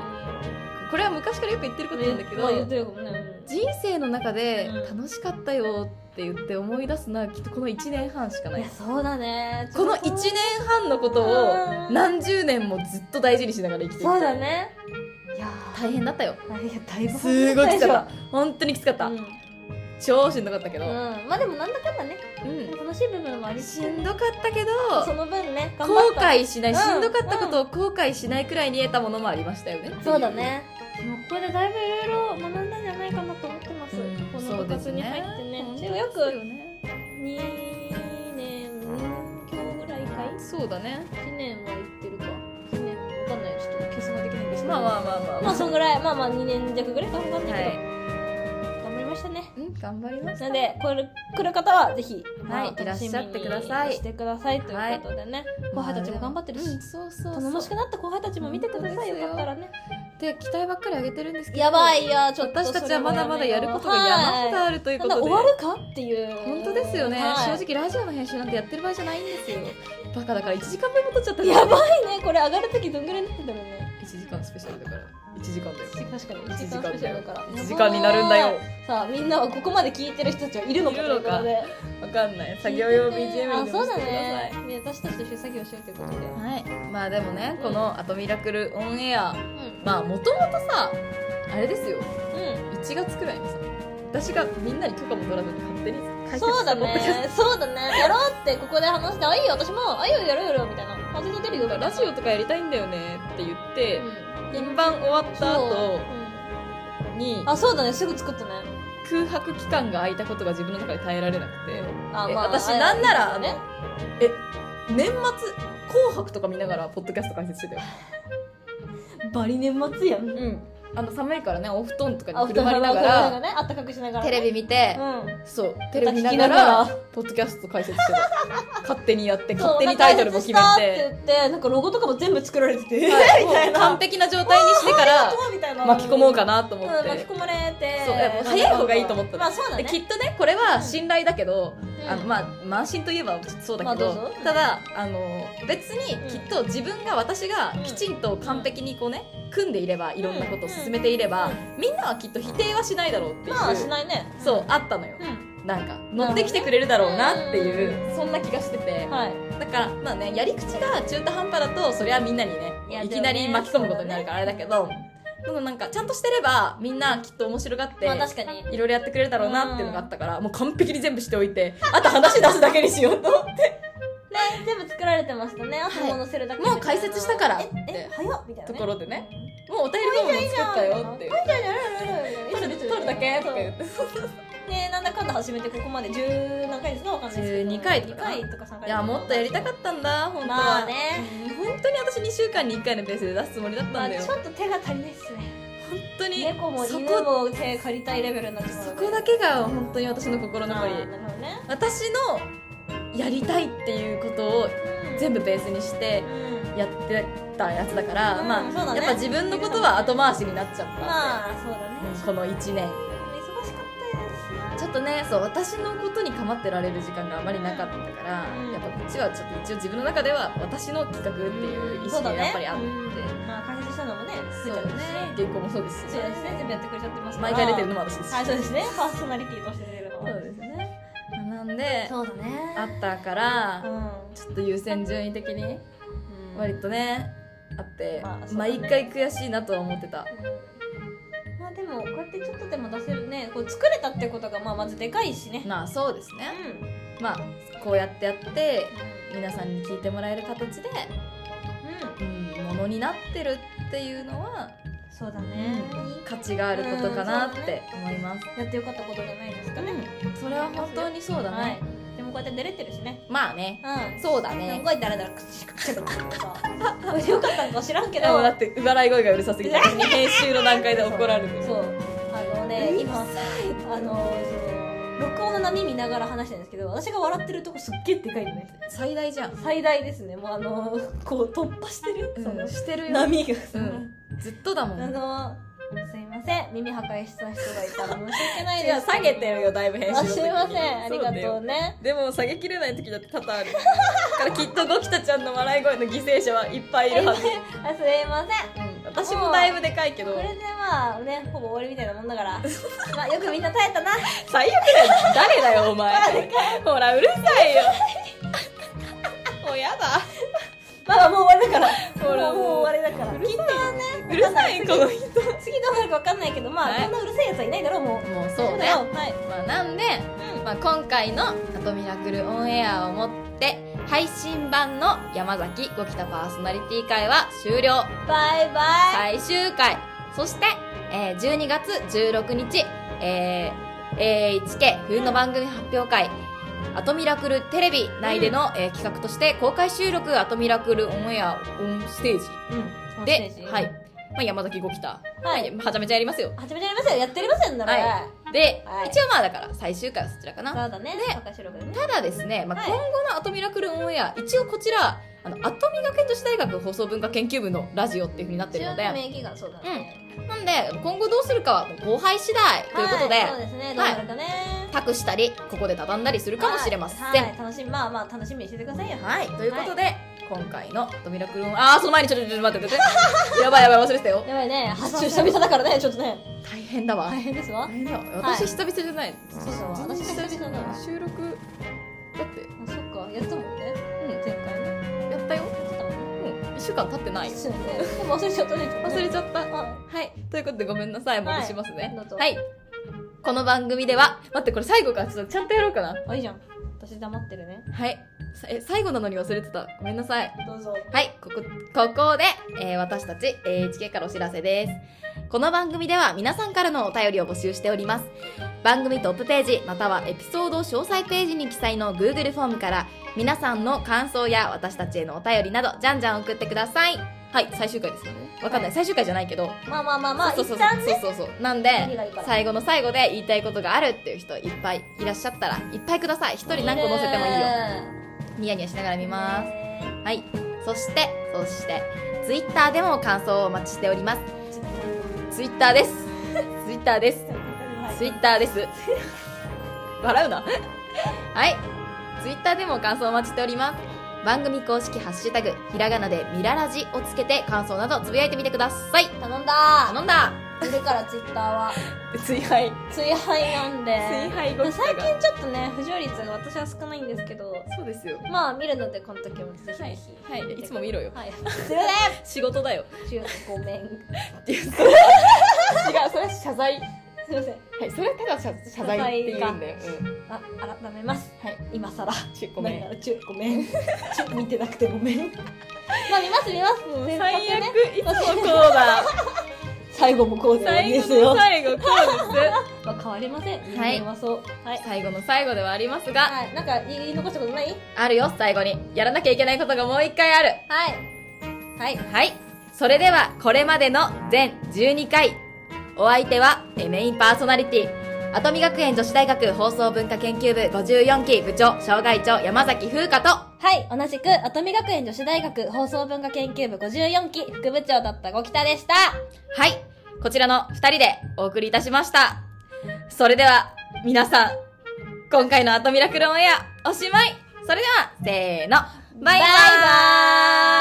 S1: これは昔からよく言ってることなんだけ
S2: まあ言っ
S1: ど
S2: てるかもねうん
S1: 人生の中で
S2: うん
S1: 楽しかったよって言って思い出すのはきっとこの1年半しかない
S2: いやそうだね
S1: この1年半のことを
S2: うん
S1: 何十年もずっと大事にしながら生きていき
S2: そう
S1: た
S2: だ
S1: い
S2: ねいやー
S1: 大変だったよ
S2: あれいやだいぶ
S1: すごいきつか
S2: っ
S1: った本当にきつかった
S2: うん、うん、
S1: 超しんどかったけど
S2: まあでもなんだかんだね
S1: うん
S2: 楽しい部分もあり
S1: し
S2: し
S1: んどかったけど
S2: その分ね頑張
S1: 後
S2: った
S1: 悔しない
S2: うん
S1: しんどかったことを後悔しないくらいに得たものもありましたよね
S2: そうだね。もうここでだいぶいろいろ学んだんじゃないかなと思ってます。
S1: うん
S2: この
S1: そ
S2: 部
S1: うで
S2: 活
S1: す
S2: に
S1: ね
S2: 入ってね。でもよく2年今日ぐらいかい
S1: そうだね
S2: ?1 年は行ってるか。1年わかんない。ちょっと計算ができないですけど。
S1: まあまあ
S2: ま
S1: まあまあ
S2: あ。まあそんぐらい。まあまあ2年弱ぐらいかわかんないけど。
S1: は
S2: 頑張りましたね。
S1: いうん頑張りまし
S2: なので、これ来る方はぜひ、
S1: はいいらっしゃってください
S2: してくださいということでね。後輩たちも頑張ってるし
S1: うん。そうそう
S2: 頼もし
S1: そ
S2: くなった後輩たちも見てください。
S1: 本当
S2: よ
S1: ですよ
S2: かったらね。
S1: うで期待ばっかり上げてるんですけど
S2: やばいや、ちょっと
S1: 私
S2: それ
S1: た
S2: は
S1: ちはまだまだやることが山ほどあるという
S2: な
S1: こ
S2: んだ
S1: と
S2: 終
S1: で
S2: わるかっていう
S1: 本当ですよね
S2: はい
S1: 正直ラジオの編集なんてやってる場合じゃないんですよバカだから1時間分も取っちゃったんだ
S2: やばいねこれ上がる時どんぐらいになってたろうね
S1: 1時間スペシャルだから1時間だよ
S2: 確かに1
S1: 1
S2: 時
S1: 時間
S2: 間スペシャ
S1: だ
S2: ル
S1: よ
S2: だから
S1: 1時間になるんだよ
S2: さあみんなはここまで聞いてる人たちはいるのかということで
S1: わかんない作業用 BGM にでも
S2: あ
S1: して
S2: そう
S1: くだ
S2: だ
S1: さい、
S2: ねね私たちと一緒に作業しようということで
S1: はいまあでもねこの「アトミラクルオンエア
S2: う」ん
S1: まあもともとさあれですよ
S2: うん
S1: 1月くらいにさ私がみんなに許可も取らずに勝手に解決
S2: そうだ
S1: ポッドキャス
S2: ねそうだねやろうってここで話してあいいよ私もあいいよやろうやろうみたいなあ全然出るよ
S1: トラジオとかやりたいんだよねって言って
S2: うん
S1: 品番終わった
S2: そう
S1: 後
S2: うん
S1: に
S2: あそうだねすぐ作ったね
S1: 空白期間が空いたことが自分の中で耐えられなくて
S2: あ
S1: え私なんならあの
S2: ね
S1: 年末「紅白」とか見ながらポッドキャスト解説してたよ
S2: バリ年末やん
S1: うんあの寒いからねお布団とか
S2: あ
S1: に
S2: 布
S1: く
S2: 団
S1: るまりなが
S2: 布団
S1: ら
S2: ねあったかくしながら
S3: テレ
S2: ビ
S3: ビ見て、
S2: うん
S1: そうテレビ見なが
S2: 聞き
S1: らポッドキャスト解説してた 勝手にやって勝手にタイトルも決め
S2: そう
S1: て
S2: なんか解説したって言ってなんかロゴとかも全部作られててみ
S1: はいもう完璧な状態にしてから
S2: そうみたいな
S1: 巻き込もうか
S2: な
S1: なと思って、
S2: 巻き込まれて
S1: そうやっぱ早い方がいいと思ったの
S2: まあそうだ
S1: で
S2: ね
S1: きっとねこれは信頼だけど、
S2: うん
S1: あのまあ満身といえばそう
S2: まあ
S1: だけ
S2: どう
S1: ど,、
S2: ぞ
S1: ただあの別に
S2: うん
S1: きっと自分が私が
S2: うん
S1: きちんと完璧にこうね組んでいればいろんなことを進めていれば、
S2: うん
S1: みんなはきっと否定はしないだろうっていう、
S2: まあしないね
S1: そうあったのよ、
S2: うん
S1: なんか乗ってきてくれるだろうなっていう、そんな気がしてて、
S2: はい
S1: だからまあねやり口が中途半端だとそりゃみんなにね
S2: いや
S1: いきなり巻き込むことになるからあれだけどでもなんかちゃんとしてればみんなきっと面白がって、
S2: まあ確かに
S1: いろいろやってくれるだろうなっていうのがあったから、もう完璧に全部しておいてあと話出すだけにしよう と思って
S2: 全部作られてましたねあともう載せるだけ
S1: もう解説したから
S2: ええ早っみたいな
S1: と
S2: ね
S1: ころでねもうお便り動画も作ったよっていう
S2: あるあるあるある
S1: 撮る撮るだけとか言って
S2: ねなんだかんだ始めてここまで10何回ですかわかんないですけど
S1: 12回と
S2: 2
S1: か
S2: 回とか3回
S1: いやもっとやりた
S2: っ
S1: かったんだ本当は、
S2: まあね
S1: うん本当に私2週間に1回のペースで出すつもりだった
S2: まあ
S1: んだよ、
S2: ちょっと手が足りないっすね
S1: 本当に
S2: 猫も
S1: そ
S2: 犬
S1: こ
S2: も手借りたいレベルになってます
S1: そこだけが本当に私の心
S2: な
S1: 残り、
S2: なるほどね
S1: 私のやりたいっていうことを全部ベースにして
S2: うん
S1: やってたやつだから、
S2: うん
S1: ま
S2: そう
S1: あ、
S2: だね
S1: やっぱ自分のことは後回しになっちゃったんで、
S2: まあそうだね
S1: うんこの1年
S2: 忙しかったですね
S1: ちょっとねそう私のことに構ってられる時間があまりなかったから、
S2: うん
S1: やっぱこっちはちょっと一応自分の中では私の企画っていう意
S2: そう
S1: 識
S2: だ
S1: が
S2: ね
S1: やっぱりあって、
S2: うんまあ解説したのもね
S1: そ
S2: 作っ
S1: う
S2: ち
S1: だ
S2: ゃったし
S1: ね原稿もそうですし
S2: そうですね全部やってくれちゃってますか
S1: 毎
S2: ら
S1: 回出てるのも私ですし、
S2: はいそうですねパーソナリティとして出るのは
S1: そうですねなんで
S2: そうだね
S1: あったから、
S2: う
S1: ちょっと優先順位的に
S2: ん
S1: 割とねあって、
S2: まあそうだね
S1: 毎回悔しいなとは思ってた
S2: うんまあでもこうやってちょっとでも出せるねこう作れたってことがまあまずでかいしね
S1: まあそうです
S2: う
S1: ね
S2: ん
S1: まあこうやってやって皆さんに聞いてもらえる形で、
S2: うん
S1: うん、ものになってるっていうのは
S2: そうだね
S1: 価値があることかなって思います、
S2: やってよかったことじゃないですかね
S1: それは本当にそうだね、
S2: はいでもこうやって出れてるしね
S1: まあね
S2: うん
S1: そうだ
S2: でも
S1: ね
S2: 声だらだらくちくちくちくさ これでよかったんか知らんけ
S1: で
S2: ど
S1: もだって笑い声がうるさすぎて編集の段階で怒られてる
S2: そうあのね今あのその録音の波見ながら話してるんですけど私が笑ってるとこすっげえでかいのね
S1: 最大じゃん、
S2: 最大ですねもうあのこう突破してる、その
S1: してるよ、
S2: 波がさ、
S1: うんずっとだもん、
S2: あのすいません耳破壊した人がいたら申し訳ない
S1: い
S2: で
S1: や
S2: す
S1: 下げてるよだいぶ編集
S2: あ
S1: の時
S2: すいませんありが
S1: そうだよ
S2: とうね
S1: でも下げきれない時だって多々あるだからきっとゴキタちゃんの笑い声の犠牲者はいっぱいいるはず、
S2: あすいません
S1: 私もだいぶでかいけど
S2: これでまあねほぼ終わりみたいなもんだからまあよくみんな耐えたな
S1: 最悪だよ誰だよお前ほらうるさいよ もうやだ
S2: まあもう終わりだから
S1: ほら
S2: もうもう終わりだからきっとね
S1: うるさいこの人
S2: 次どうなるかわかんないけどまあ、
S1: はい
S2: こんなうるせえやつはいないだろうもう
S1: もう
S2: そうだよはい
S1: まあ、なんで、
S2: うん
S1: まあ、今回の「アトミラクルオンエア」をもって配信版の山崎ゴキタパーソナリティ会は終了
S2: バイバイ
S1: 最終回そして、えー12月16日、えー、AHK 冬の番組発表会、アトミラクルテレビ内での、えー企画として公開収録アトミラクルオンエアオンステージ
S2: うん
S1: ではいい、まあ、山崎ゴキタ
S2: は
S1: はいい、はちゃめちゃやりますよ
S2: 始めちゃいますよやってやりますよなら、
S1: はで、
S2: はい
S1: 一応まあだから最終回はそちらか
S2: そ
S1: な
S2: うだね
S1: で
S2: 公開収録でね
S1: ただですね、まあ、
S2: はい
S1: 今後のアトミラクルオンエア、一応こちらあのアトミ学園都市大学放送文化研究部のラジオっていうふうになってるので
S2: 中の免疫がそうだね、
S1: なんで今後どうするかは後輩次第ということで、
S2: はい、そうですねどうなるかね、
S1: 託したりここで畳んだりするかもしれません。
S2: は
S1: はいい、
S2: はい楽しみまあまあ楽しみにしててくださいよ
S1: ということで、今回の「ドミラクルオン」あーその前にちょっとちょっと待って待って待っ てやばいやばい忘れてたよ
S2: やばいね発注久々だからねちょっとね
S1: 大変だわ、
S2: 大変ですわ
S1: 大変だわ私、
S2: はい
S1: 久々じゃない
S2: そうそう私久々だなあ
S5: 収録だって
S2: そっかやったもんね
S5: う
S2: 前回ね
S5: んやったよ
S2: やってたもんね
S5: もう1週間経ってないよ
S2: そうよねでも忘れちゃったね
S5: 忘れ
S2: ち
S5: ちゃった
S2: ゃった
S1: はい
S5: ということでごめんなさい戻しますね
S2: どうぞ
S1: はいこの番組では
S5: 待ってこれ最後からちょっとちゃんとやろうかな
S2: あいいじゃん私黙ってるね
S1: はいさえ最後なのに忘れてたごめんなさい
S2: どうぞ
S1: はい、ここ、ここで、えー私たち、えー HK からお知らせです。この番組では皆さんからのお便りを募集しております。番組トップページ、またはエピソード詳細ページに記載の Google フォームから、皆さんの感想や私たちへのお便りなど、じゃんじゃん送ってください。はい、最終回ですよね。わかんない、最終回じゃないけど。
S2: まあまあまあまあ
S1: そ
S2: 一
S1: うそうそう
S2: 旦ね
S1: そうそうそう。なんで
S2: 何がいいか、な
S1: 最後の最後で言いたいことがあるっていう人いっぱいいらっしゃったら、いっぱいください。一人何個載せてもいいよ。ニヤニヤしながら見ます。
S2: す
S1: はい。そして、そして、ツイッターでも感想をお待ちしております。ツイッターです。 ツイッターです。ツイッターです。 笑うな。 はい。ツイッターでも感想をお待ちしております。番組公式ハッシュタグ、ひらがなでミララジをつけて感想などつぶやいてみてください。
S2: 頼んだ
S1: 頼んだ
S2: ーるからツイッターは
S5: 追敗
S2: 追敗なんで
S5: 追敗ご
S2: ま
S5: き
S2: あ最
S5: たが
S2: 近ちょっとね不条率が私は少ないんですけど
S5: そうですよ
S2: まあ見るのでこの時もぜひ
S5: はい
S2: ぜひ
S5: はいいつも見ろよ
S2: はいすいま
S5: 仕事だよ
S2: せんごめん
S5: いやそれ違うそれ は謝罪
S2: すいません
S5: はいそれはただ謝謝罪って言うんだよ、うん、
S2: あ改めます
S5: はい
S2: 今更
S5: ちょごめん
S2: なんならちょご めんちょっと見てなくてごめんまあ見ます見ます
S5: 最
S2: せっ
S5: 悪
S2: かくね
S5: いつもこうだ
S2: 最後もこうで終わり
S5: 最後
S2: です
S5: の
S2: よ
S5: 最後こうで
S2: まあ変わりません人
S1: はい
S2: 間はそうはい
S1: 最後の最後ではありますが、
S2: はいなんか言い残したことない
S1: あるよ、最後に。やらなきゃいけないことがもう一回ある。
S2: はいはい
S1: はい。それでは、これまでの全12回。お相手は、えーメインパーソナリティ、跡見学園女子大学放送文化研究部54期部長、障害長山崎風花と、
S2: はい、同じく、跡見学園女子大学放送文化研究部54期副部長だった五北でした。
S1: はい。こちらの2人でお送りいたしました。それでは、皆さん、今回の跡ミラクルオンエア、おしまい。それでは、せーの、バイバイ
S2: バイバーイ